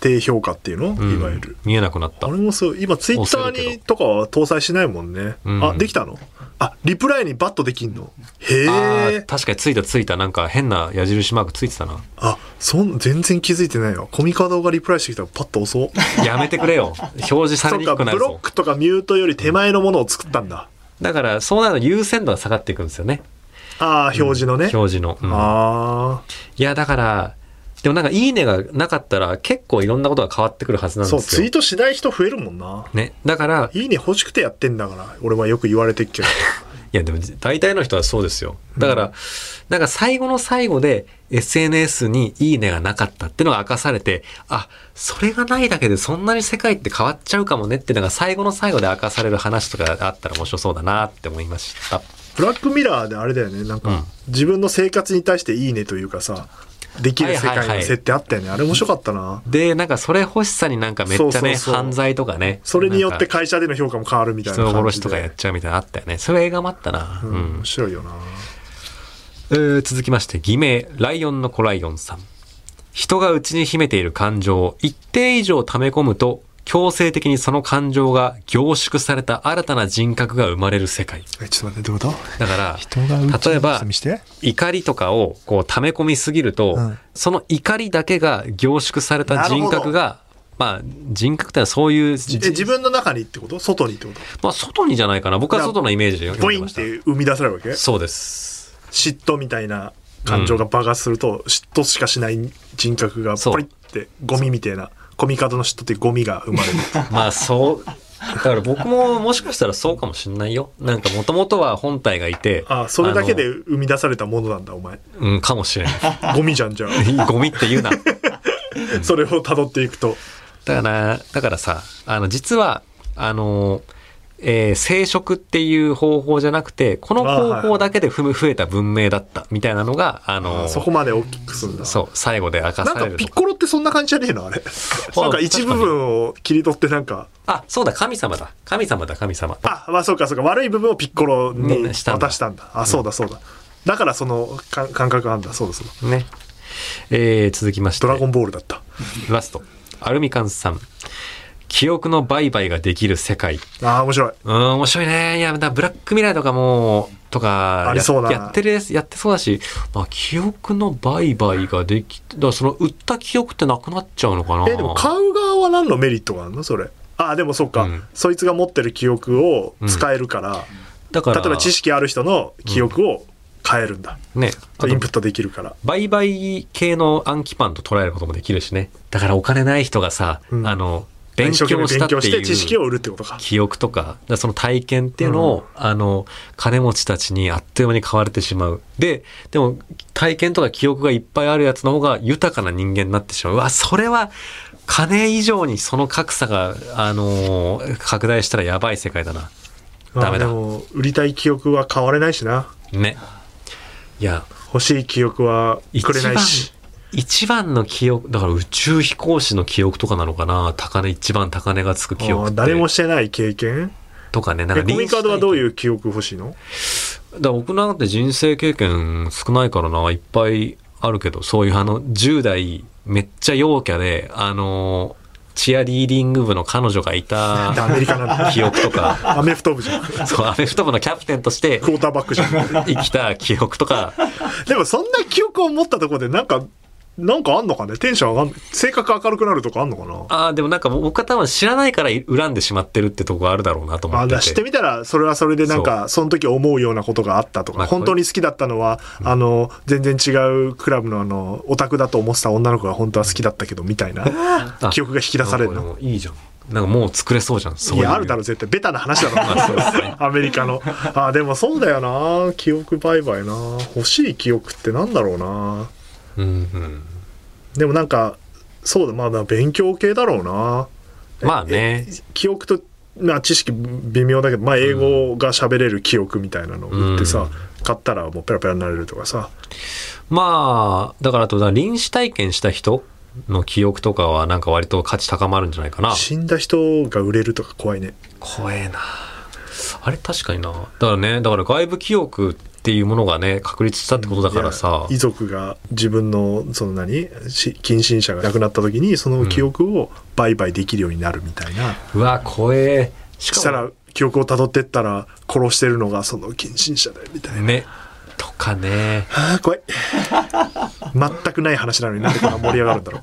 A: 低評価っていうの、
B: うん
A: いわゆる。
B: 見えなくなっ
A: あ
B: た
A: れ。もそう、今ツイッタ
B: 押せる
A: ー
B: け
A: にとかは搭載しないもんね。
B: うん
A: あ、できたのあ、リプライにバットできんのへ
B: あー
A: え。
B: 確かについたついたなんか変な矢印マークついてたな
A: あ、そん、全然気づいてないわ。コミカドがリプライしてきたらパッと押 そう。
B: やめてく れよ表示され
A: そ
B: に
A: っ
B: く
A: か、
B: く
A: ブ
B: なる
A: ロ
B: ぞ
A: ックとかミュートより手前のものを作ったんだ。
B: だからそうなると優先度が下がっていくんですよね
A: ああ、表示のね。
B: 表示の、うん
A: あ
B: いやだからでもなんか「いいね」がなかったら結構いろんなことが変わってくるはず
A: あ。
B: なん
A: そう、
B: で
A: ツ
B: す
A: イー
B: よ
A: トしない人増えるもんな。
B: ね、だから
A: いいね欲しくてやってんだから、俺はよく言われてっ けど。
B: いやでも大体の人はそうですよだから、なんか最後の最後で SNS に「いいね」がなかったっていうのが明かされてあそれがないだけでそんなに世界って変わっちゃうかもねっていうのが最後の最後で明かされる話とかあったら面白そうだなって思いました
A: ブラックミラーであれだよね、なん
B: うん
A: か、自分の生活に対していいねというかさ、できる世
B: はいは
A: 界
B: いは
A: の
B: い
A: 設定あったよね。あれ面白かったな。
B: でなんかそれ欲しさになんかめっちゃね
A: そうそうそう
B: 犯罪とかね
A: それによって
B: なんか
A: 会社での評価も変わるみたいな
B: 人殺
A: 感
B: し
A: じ
B: と
A: で。
B: かやっちゃうみたいなのあったよねそれ映画もあったなうん、
A: 面白いよな。
B: えー続きまして偽名ライオンの子ライオンさん人が内に秘めている感情を一定以上溜め込むと強制的にその感情が凝縮された新たな人格が生まれる世界
A: え、ちょっと待って、どういうこと
B: だから
A: 人がうち
B: 例えば
A: 見して。
B: 怒りとかをこう溜め込みすぎると、
A: うん
B: その怒りだけが凝縮された人格がまあ人格ってのはそういうじ
A: え、自分の中にってこと外にってこと
B: まあ、外にじゃないかな。僕は外のイメージで
A: ポイ
B: 読んで
A: ン
B: ま
A: っ
B: した。
A: て生み出されるわけ
B: そうです。
A: 嫉妬みたいな感情が爆発すると、嫉妬しかしない人格が
B: そう
A: ポリってゴミみたいなコミカドの嫉妬ってゴミが生ま れる
B: まあ、そう。だから僕ももしかしたらそうかもしんないよ。なんかもともとは本体がいて。
A: ああそれだけで
B: あ
A: 生み出されたものなんだお前
B: の。うん、かもしれな
A: ゴミじゃんじゃ ん
B: い。ゴミって言 うな。
A: それを辿っていくと
B: だから、だからさ、あの、実は、あの、えー生殖っていう方法じゃなくて、この方法だけでふむ増えた文明だった、みたいなのが、あの、
A: そこまで大きくすんだ
B: そう、最後で明か
A: な
B: さ
A: んか
B: れる
A: ピ
B: と
A: ッ
B: か。
A: コロってそんな感じじゃねえのあれなんか一部分を切り取ってなんか
B: あ、そうだ、神様だ。神様だ、神様。
A: あまあそうかそうか悪い部分をピッコロに渡
B: ねしたんだ
A: したんだあそうだそうだだからその感感覚なんだそうだそうだ
B: ね。えー続きまして。
A: ドラゴンボールだった
B: ラスト。アルミカンさん。記憶の売買ができる世界。
A: ああ面白い
B: うん、面白いね。いや、だからブラックミラーとかも、とかや、
A: ありそうだな
B: やってるやつやってそうだし、まあ、記憶の売買ができ、だからその、売った記憶ってなくなっちゃうのかな。
A: えでも買う側は何のメリットがあるのそれあでもそっか、
B: うん
A: そいつが持ってる記憶を使えるから、
B: だから、
A: 例えば知識ある人の記憶を変えるんだ、
B: ね。あと
A: インプットできるから
B: 売買系の暗記パンと捉えることもできるしね。だからお金ない人がさ、
A: うん
B: あの、勉
A: 一
B: 強
A: 生懸命
B: した
A: 勉強
B: って
A: し
B: い
A: て
B: う。
A: 知識を売るってことか
B: 記憶とか、だからその体験っていうのを、あの、金持ちたちにあっという間に買われてしまう。で、でも、体験とか記憶がいっぱいあるやつの方が豊かな人間になってしまう。うわ、それは、金以上にその格差が、あのー拡大したらやばい世界だな。ダメだ
A: あでも売りたい記憶は買われないしな
B: ね。いや、
A: 欲しい記憶は
B: 一
A: くれな
B: 番
A: いし、
B: 一番の記憶、だから宇宙飛行士の記憶とかなのかな高値、一番高値がつく記憶っ
A: あ
B: て。
A: 誰もしてない経験
B: とかね、なん
A: え
B: か
A: コミカードはどう
B: う
A: いう記憶欲しいの
B: だから僕なんて人生経験少ないからな、いっぱいあるけど、そういうあの、10代、めっちゃ陽キャで、あのーチアリーディング部の彼女がい た
A: アメリカなんだ
B: 記憶とか、
A: アメフト部じゃん。ク
B: そう、アメフト部のキャプテンとして
A: ォーターバックじゃん。
B: 生きた記憶とか、
A: でもそんな記憶を持ったところでなんか、なんかあんのかねテンション上がん、性格明るくなるとかあんのかな
B: ああ、でもなんか僕は多分知らないから恨んでしまってるってとこがあるだろうなと思
A: まあ、
B: っ
A: だか
B: て
A: ら
B: て。
A: 知ってみたら、それはそれでなんか、その時思うようなことがあったと
B: まあ
A: か、本当に好きだったのは、あの、全然違うクラブのあの、オタクだと思ってた女の子が本当は好きだったけど、みたいな
B: あ
A: 記憶が引き出される
B: なん
A: の。
B: かこいいじゃん。なんかもう作れそうじゃん。そう
A: い
B: いう
A: や、あるだろ、絶対。ベタな話 だろ、アメリカの。あ、でもそうだよな。記憶売買な。欲しい記憶ってなんだろうな。
B: うんうん。
A: でもなんか、そうだ、まあ、勉強系だろうな。
B: まあね。
A: 記憶と、まあ、知識微妙だけど、まあ、英語が喋れる記憶みたいなのを売ってさ、買ったらもうペラペラになれるとかさ
B: まあ、だからあと、臨死体験した人の記憶とかはなんか割と価値高まるんじゃないかな。
A: 死んだ人が売れるとか怖いね
B: 怖えな。あれ確かにな。だからね、だから外部記憶っていうものがね、確立したってことだからさ
A: いや。遺族が自分のその何し近親者が亡くなった時にその記憶を売買できるようになるみたいな、
B: うわ、怖え。し
A: した
B: から
A: 記憶をたどってったら殺してるのがその近親者だよみたい
B: も、
A: な、
B: ね。とかね。
A: あー怖い全くない話なのになんでこんな盛り上がるんだろう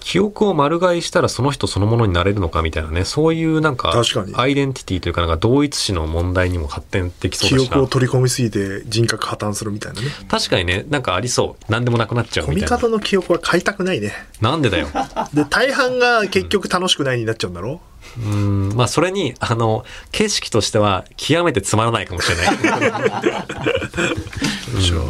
B: 記憶を丸買いしたらその人そのものになれるのかみたいなね、そういうなんか、
A: 確かに
B: アイデンティティというかなんか同一視の問題にも発展でき そう
A: 記
B: だし
A: 憶を
B: な。
A: 取り込みすぎて人格破綻するみたいなね
B: 確かにね、なんかありそう。何でもなくなっちゃう
A: 込
B: み
A: み
B: たいな
A: 方。の記憶は買いたくないね
B: なんでだよ。
A: で大半が結局楽しくないになっちゃうんだろ
B: うん、まあそれに、あの、景色としては極めてつまらないかも しれない。
A: どうしよう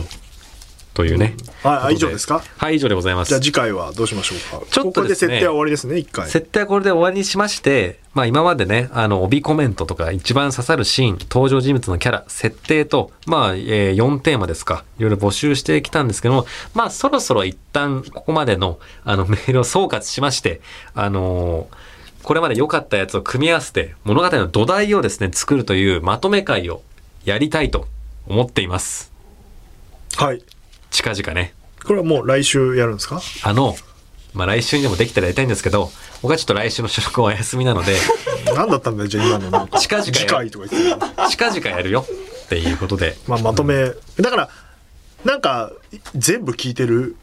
B: というね。
A: ああ以上ですか
B: はい、以上でございま
A: じゃあ
B: す。
A: 次回はどうしましょうか
B: ちょっと
A: ここ
B: で
A: です設
B: ね
A: 定は終わりですね一回
B: 設定はこれで終わりにしまして、まあ今までね、あの、帯コメントとか一番刺さるシーン、登場人物のキャラ、設定と、まあ、えー4テーマですか、いろいろ募集してきたんですけども、まあそろそろ一旦ここまでの、あの、メールを総括しまして、あのーこれまで良かったやつを組み合わせて、物語の土台をですね、作るというまとめ会をやりたいと思っています。
A: はい
B: 近々ね。
A: これはもう来週やるんですか
B: あの、まあ来週にでもできたらやりたいんですけど、僕はちょっと来週の収録はお休み なので、
A: 何だったんだよじゃあ今のなんか
B: 近々や
A: 次回とか言ってた
B: 近々やるよっていうことで。
A: まあ、まとめだからなんか全部聞いてる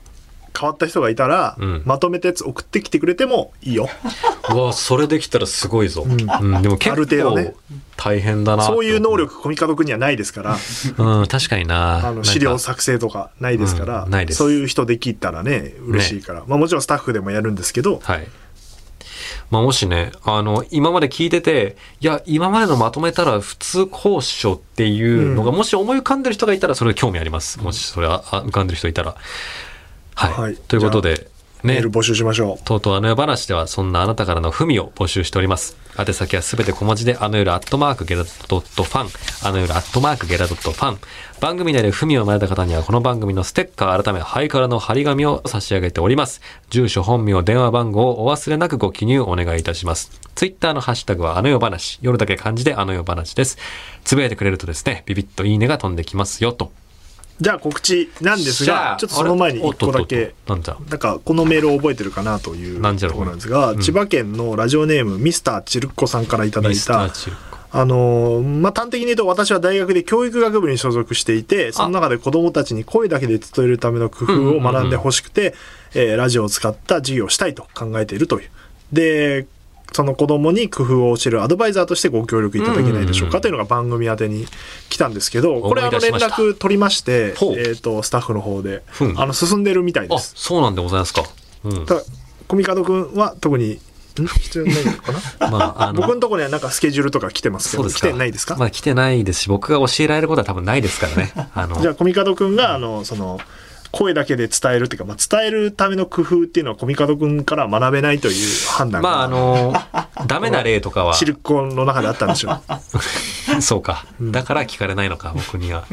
A: 変わった人がいたら、
B: ん
A: まとめたやつ送ってきてくれてもいいよ
B: うわ、それできたらすごいぞ。うん
A: ん
B: でも結
A: ある程
B: 構、
A: 度ね
B: 大変だな。
A: そういう能。力コミカドくんにはないですから
B: うん、確かにな。
A: あの資料
B: なんか
A: 作成とかないですから、
B: うんないです
A: そういう人できたらね嬉しいから、まあ、もちろんスタッフでもやるんですけど
B: はい。まあ、もしね、あの、今まで聞いてて、いや、今までのまとめたら普通講師匠っていうのが、もし思い浮かんでる人がいたら、それ興味あります。もしそれはあ浮かんでる人いたら。はい。
A: はい
B: ということで、
A: メ
B: ね
A: ール。募集しましょう、
B: とうとうあの世話ではそんなあなたからの文を募集しております。宛先はすべて小文字であの夜アットマークゲラドットファン、あの夜アットマークゲラドットファン。番組内で文を生まれた方にはこの番組のステッカー改めハイカラの張り紙を差し上げております。住所、本名、電話番号をお忘れなくご記入お願いいたします。ツイッターのハッシュタグはあの夜話、夜だけ漢字であの夜話です。つぶやいてくれるとですね、ビビッといいねが飛んできますよと。
A: じゃあ告知なんです
B: じゃ
A: が
B: あ
A: ちょっとその前に
B: あれ
A: 1個だ
B: おっ
A: け
B: とっとっとなんだ
A: なんかこのメールを覚えてるかなという
B: なんじゃ
A: と
B: ろう
A: ころなんですが、千葉県のラジオネームミスターチルッコさんからいただい
B: ミスタ
A: た
B: ーチルコ
A: あのーまあ、端的に言うと私は大学で教育学部に所属していてその中で子どもたちに声だけで伝えるための工夫を学んでほしくて、えーラジオを使った授業をしたいと考えているという。でその子供に工夫を教えるアドバイザーとしてご協力いただけないでしょうかというのが番組宛てに来たんですけど、これあ
B: 思い
A: の
B: 出
A: 連
B: しました
A: 絡取りまして、え
B: ほう
A: ー、とスタッフの方で、
B: うん
A: あの進んでるみたいで
B: あ、
A: す。
B: そうなんでございますか。うん。
A: ただコミカド君は特にん必要ないのかな
B: ま あ、あ
A: 僕のところにはなんかスケジュールとか来てますけ
B: そう
A: ど
B: です
A: 来
B: か。
A: てないですか
B: まあ来てないですし、僕が教えられることは多分ないですか らね。あの、
A: じゃあ、コミカドくんが、あの、その、声だけで伝えるっていうか、まあ、伝えるための工夫っていうのはコミカドくんから学べないという判断が、
B: まああの、 ダメな例とかは、
A: シルコンの中であったんでしょう。
B: そうか。だから聞かれないのか、僕には。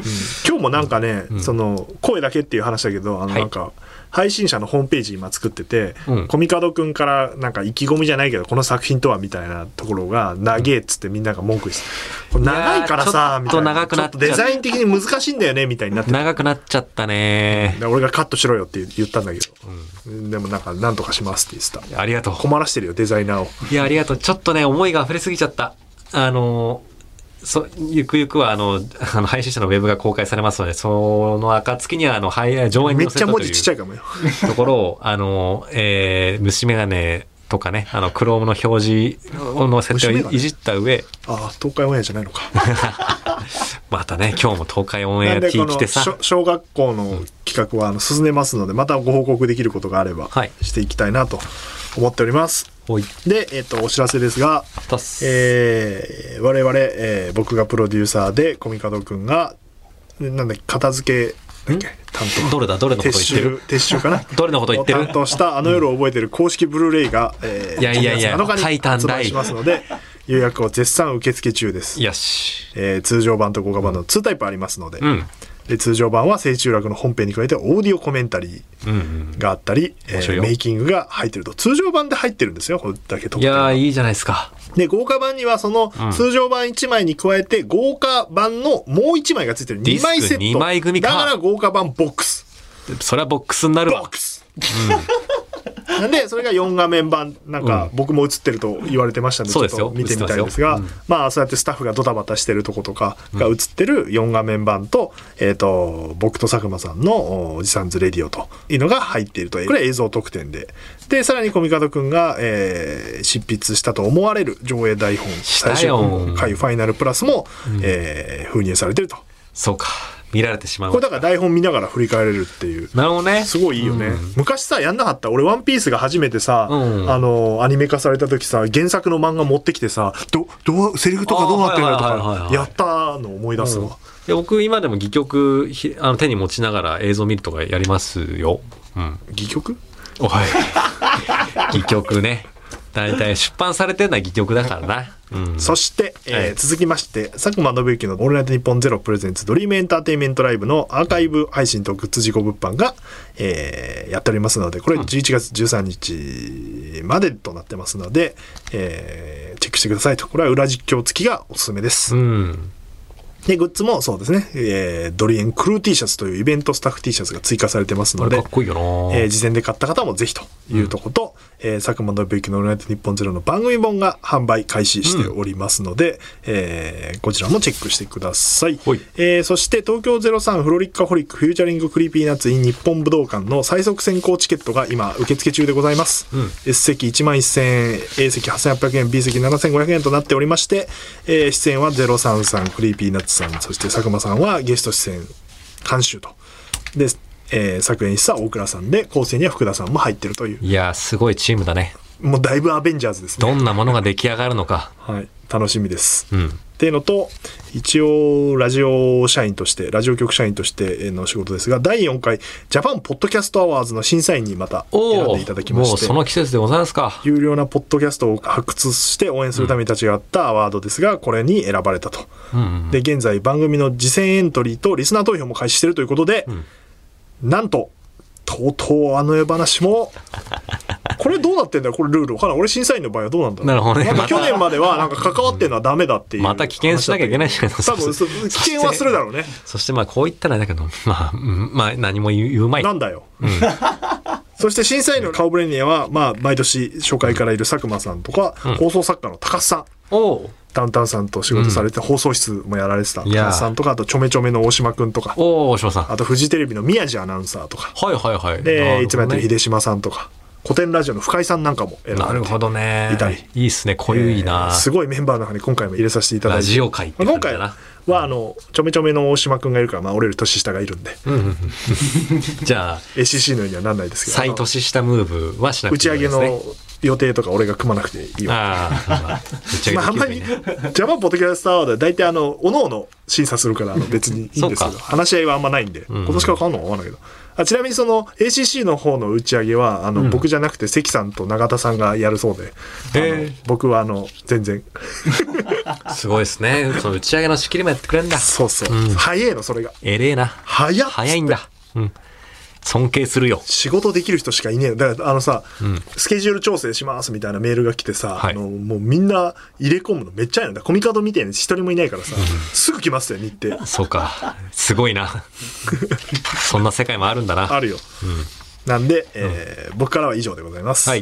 A: 今日もなんかね、その、声だけっていう話だけど、あの、
B: はい
A: なんか、配信者のホームページ今作ってて、
B: うん
A: コミカドくんからなんか意気込みじゃないけどこの作品とはみたいなところが長えっつってみんなが文句言ってたこれ長いからさ
B: いや
A: みたい
B: ー
A: な
B: ちょっと長くなっちゃう
A: ちょっとデザイン的に難しいんだよねみたいになってて
B: 長くなっちゃったね。
A: で俺がカットしろよって言ったんだけど、でもなんか何とかしますって言ってた
B: ありがとう。
A: 困らしてるよデザイナーを
B: いや、ありがとう。ちょっとね、思いが溢れすぎちゃった。あの、そゆくゆくはあの、あの配信者のウェブが公開されますので、その暁にはあの、はい、上演
A: め
B: に
A: っ
B: 載せ
A: ちゃ
B: た
A: 文
B: とい
A: 字
B: う
A: ちっちゃいかも よ
B: ところを、あの、えー、虫眼鏡とかね、あの、クロームの表示の設定
A: 虫眼
B: を
A: 鏡
B: いじった上、
A: ああ東海オンエアじゃないの か
B: またね、今日も東海オンエ
A: な
B: ア
A: んで
B: T
A: こ
B: 来
A: の
B: て
A: し
B: さ
A: ょ、小学校の企画はあの進めますのでまたご報告できることがあれば
B: はい
A: していきたいなと思っております、
B: おい、
A: で、えっとお知らせですが、
B: たっす
A: えー我々、えー僕がプロデューサーでコミカドくんがなんだっけ片付けだっけ担
B: どれだ、どれ
A: 当
B: の
A: 撤
B: こと言っ
A: 収
B: て
A: 撤
B: る
A: 収 かな
B: どれのこと言って
A: を
B: る
A: 担当したあの夜を覚えてる公式ブルーレイが、えー
B: いやいやいや
A: 12月7日に
B: タイタン
A: 発
B: 大
A: 売しますので予約を絶賛受付中です、
B: よし。
A: えー通常版と豪華版の2タイプありますので,、
B: うん。
A: で通常版は「青虫楽」の本編に加えてオーディオコメンタリ
B: うんうん。
A: ーがあったり、え
B: 面白
A: ー
B: いよ
A: メイキングが入ってると通常版で入ってるんですよこれだけ特
B: い
A: 典
B: や
A: は
B: ー、いいじゃないですか。
A: で豪華版にはその
B: ん
A: 通常版1枚に加えて豪華版のもう1枚が付いてる
B: デ
A: 2
B: ィスク
A: 枚セット
B: 二枚組か
A: だから豪華版ボックス
B: それはボックスになる
A: ボ
B: わ
A: ッ。クス、なんでそれが4画面版なんか僕も映ってると言われてましたんでち
B: そう
A: ょっ
B: ですよ
A: と見てみたいんですが
B: 映ってま
A: まあそうやってスタッフがドタバタしてるとことかが映ってる4画面版と,、えー、と僕と佐久間さんの「おじさんズレディオ」というのが入っているとこれ映像特典ででさらにコミカドくんが、えー執筆したと思われる上映台本
B: したよ
A: 最終回ファイナルプラスも、えー封入されてると
B: そうか。見られてしまう
A: これ
B: わ。
A: だから台本見ながら振り返れるっていう
B: なるほどね。
A: すごいいいよね、昔さやんなかった俺「ワンピースが初めてさ、
B: うん
A: あのアニメ化された時さ原作の漫画持ってきてさどどうセリフとかどうなってんだよと
B: あーはいはいはいは
A: か
B: い
A: やったの思い出すわ、
B: で僕今でも戯曲ひあの手に持ちながら映像見るとかやりますよ。うん。
A: 戯曲
B: おい。戯曲ね。大体出版されてるのは戯曲だからな。うん。
A: そして、えー
B: はい
A: 続きまして佐久間信之の「オールナイトニッポンゼロプレゼンツドリームエンターテインメントライブのアーカイブ配信とグッズ事故物販が、えーやっておりますのでこれ11月13日までとなってますので、えーチェックしてくださいとこれは裏実況付きがおすすめです
B: う、ん。
A: で、グッズもそうですね、えードリエンクルー T シャツというイベントスタッフ T シャツが追加されてます
B: こ
A: の
B: れ
A: で
B: かっ、こいいよな、
A: えー事前で買った方もぜひというとこと、えー佐久間信之のオールナイトニッポンゼロの番組本が販売開始しておりますので、えーこちらもチェックしてください
B: ほい。
A: えーそして東京03フロリッカホリックフューチャリングクリーピーナッツ in 日本武道館の最速選考チケットが今受付中でございます。
B: ん
A: S 席1万1000円、A 席8800円、B 席7500円となっておりまして、えー出演は03さん、クリーピーナッツさん、そして佐久間さんはゲスト出演監修と。で、えー作演した大倉さんで、構成には福田さんも入ってるという、
B: いやー、すごいチームだね。
A: もうだいぶアベンジャーズですね。
B: どんなものが出来上がるのか。
A: はい、楽しみです。
B: うん。
A: っていうのと一応ラジオ社員としてラジオ局社員としての仕事ですが第4回ジャパンポッドキャストアワーズの審査員にまた選ん
B: お
A: でいただきま
B: ーもう
A: して
B: その季節でございますか。
A: 有料なポッドキャストを発掘して応援するために立ち上がったアワードですがこれに選ばれたと。
B: うんうん。
A: で現在番組の次戦エントリーとリスナー投票も開始しているということで、なんととうとうあの世話 もこれどうなってんだよこれルールわからん俺審査員の場合はどうなんだろう
B: なるほどね
A: んか
B: また
A: 去年まではなんか関わってんのはダメだっていう
B: また棄権しなきゃいけないじゃないです
A: 多
B: か。
A: 分そう危険はするだろうね
B: そしてまあこう言ったらだけど、 まあ、うんまあ何も言う言うまい。
A: なんだよ、そして審査員の顔ぶれには、まあ、毎年初回からいる佐久間さんとか、放送作家の高須さん
B: おう
A: ダウンタウンさんと仕事されて、放送室もやられてた高
B: いやー
A: 須さんとかあとちょめちょめの大島くんとか
B: おう大島さん。
A: あとフジテレビの宮地アナウンサーとか
B: はいはいはい。なるほど
A: で、
B: ね
A: いつもやってる秀島さんとか、古典ラジオの深井さんなんかも選ばれて
B: なるほどね。
A: いたり
B: いいっすね。こういういいな
A: えー。すごいメンバーの中に今回も入れさせていただい
B: ラ
A: て。
B: ジオ界って
A: 今
B: 感じ
A: 回
B: だな。
A: は、あの、ちょめちょめの大島くんがいるから、まあ、俺より年下がいるんで、
B: じゃあ、
A: ACC のようにはなんないですけど、
B: 再年下ムーブはし
A: あ
B: な
A: の
B: く
A: 打
B: て
A: ち
B: い
A: 上
B: い
A: げ
B: ですね。
A: の予定とか俺が組まなくていいよ。
B: ああ、まあ打ち上
A: まあ、あん
B: げ
A: ま
B: でき
A: り、
B: る
A: ジ
B: といいね。
A: ャパンポッドキャストアワードは大体、あの、各々審査するから、あの別にいいんですけ
B: そ
A: ど
B: うか、
A: 話し合いはあんまないんで、今年から変わるのかわかんないけど。あちなみにその ACC の方の打ち上げはあの、僕じゃなくて関さんと永田さんがやるそうで、
B: え
A: 僕はあの全然
B: ーすごいですね。その打ち上げの仕切りもやってくれるんだ。
A: そうそう、早いのそれが
B: えれえな。
A: 早っ
B: 早いんだ。うん。尊敬するよ。
A: 仕事できる人しかいねえよだからあのさ、
B: ん
A: スケジュール調整しますみたいなメールが来てさ、
B: はい
A: あのもうみんな入れ込むのめっちゃいいのだからコミカドみたいに一人もいないからさ、すぐ来ますよ日程
B: そうか。すごいな。そんな世界もあるんだな。
A: あるよ、なんで、えー僕からは以上でございます
B: はい。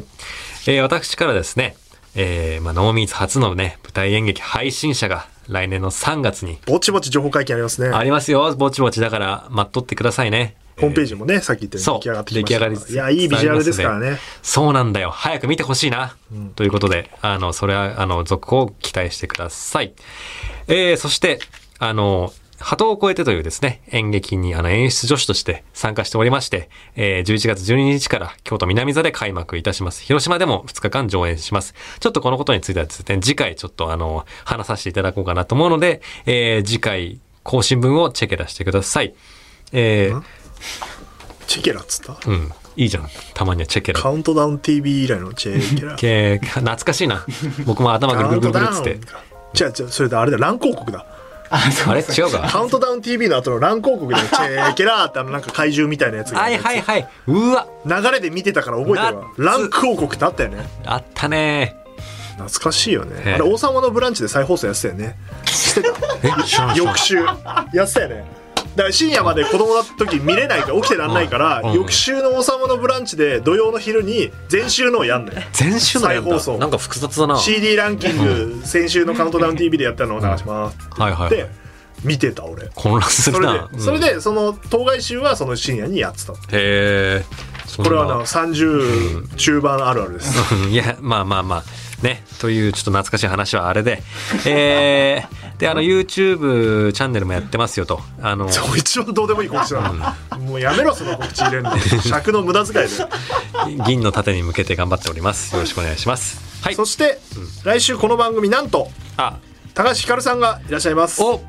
B: えー私からですね、えーまあ、ノーミーツ初のね、舞台演劇配信者が来年の3月に
A: ぼちぼち情報会見ありますね
B: ありますよ。ぼちぼちだから、待っとってくださいね。
A: ホームページもね、さっき言ったよう
B: そ
A: に出
B: う。
A: 来上がってきましたか
B: 出来上がり
A: らいや、いいビジュアルですからね。
B: そうなんだよ。早く見てほしいな。ということで、あの、それは、あの、続報を期待してください。えー、そして、あの、鳩を越えてというですね、演劇にあの演出助手として参加しておりまして、えー、11月12日から京都南座で開幕いたします。広島でも2日間上演します。ちょっとこのことについてはですね、次回ちょっとあの、話させていただこうかなと思うので、えー、次回更新分をチェケラしてください。えー、
A: チェケラっつった
B: うん、いいじゃん。たまにはチェケラ。
A: カウントダウン TV 以来のチェ ケラ。
B: け懐かしいな。僕も頭
A: カ
B: ぐ
A: ウ
B: る
A: ン
B: ぐ
A: ト
B: るぐるぐ
A: ダウ
B: るっつって
A: ン。か。違う違う、それだ、あれだ、乱広告だ。
B: あれ違うか。
A: カウントダウン TV の後の乱広告だよ。チェケラーってあのなんか怪獣みたいなやつが。
B: はいはいはい。うわ、
A: 流れで見てたから覚えてるわ。
B: な
A: 乱広告ってあったよね。
B: あったね。
A: 懐かしいよね。
B: え
A: あれ、王様のブランチで再放送やってたよね。してた。
B: え、知らな
A: 翌週。やってたよね。だから深夜まで子供だった時見れないから起きてらんないから、
B: うんうん
A: 翌週の「王様のブランチ」で土曜の昼に前週のをやんのよ
B: 全週のやん
A: 再放
B: だ。
A: 送
B: なんか複雑だな。はい
A: CD ランキング先週の「カウントダウン t v でやったのを流しますって
B: はい
A: 言
B: は
A: って
B: い。
A: 見てた俺
B: 混乱す
A: それ
B: るな。
A: でそれ
B: うん、へ
A: でその当該集はその深夜にやってたこ
B: え。こ
A: れはあの30中盤あるあるです
B: うんいや、まあまあまあ。ね。という、ちょっと懐かしい話はあれで。えー、で、あの、YouTube チャンネルもやってますよと。あの、
A: そう 一番どうでもいい告知なのもうやめろその告知入れるの尺の無駄遣いで
B: 銀の盾に向けて頑張っております。よろしくお願いします。はい
A: そ。して来週この番組なんと
B: あ、
A: 高橋ひかるさんがいらっしゃいます
B: お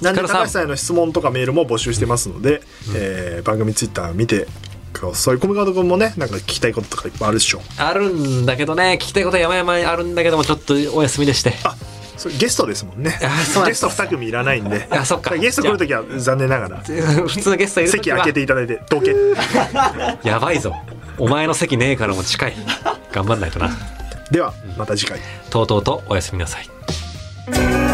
A: なんで
B: ひかるさん
A: 高橋さんへの質問とかメールも募集してますので、えー番組ツイッター見てくださいコミカド君もねなんか聞きたいこととかいっぱいあるでしょ
B: あるんだけどね、聞きたいこと山々あるんだけども、ちょっとお休みでして。
A: あそれゲストですもんね
B: あそうなん
A: ゲ
B: で
A: ス
B: す
A: ト2組いらないんで
B: あそっか
A: ゲスト来るときは残念ながら
B: 普通のゲストいる時
A: 席
B: は
A: 開けていただいてど け
B: やばいぞ。お前の席ねえからも近い。頑張んないとな。
A: ではまた次回
B: とうとうとおやすみなさい。
C: 「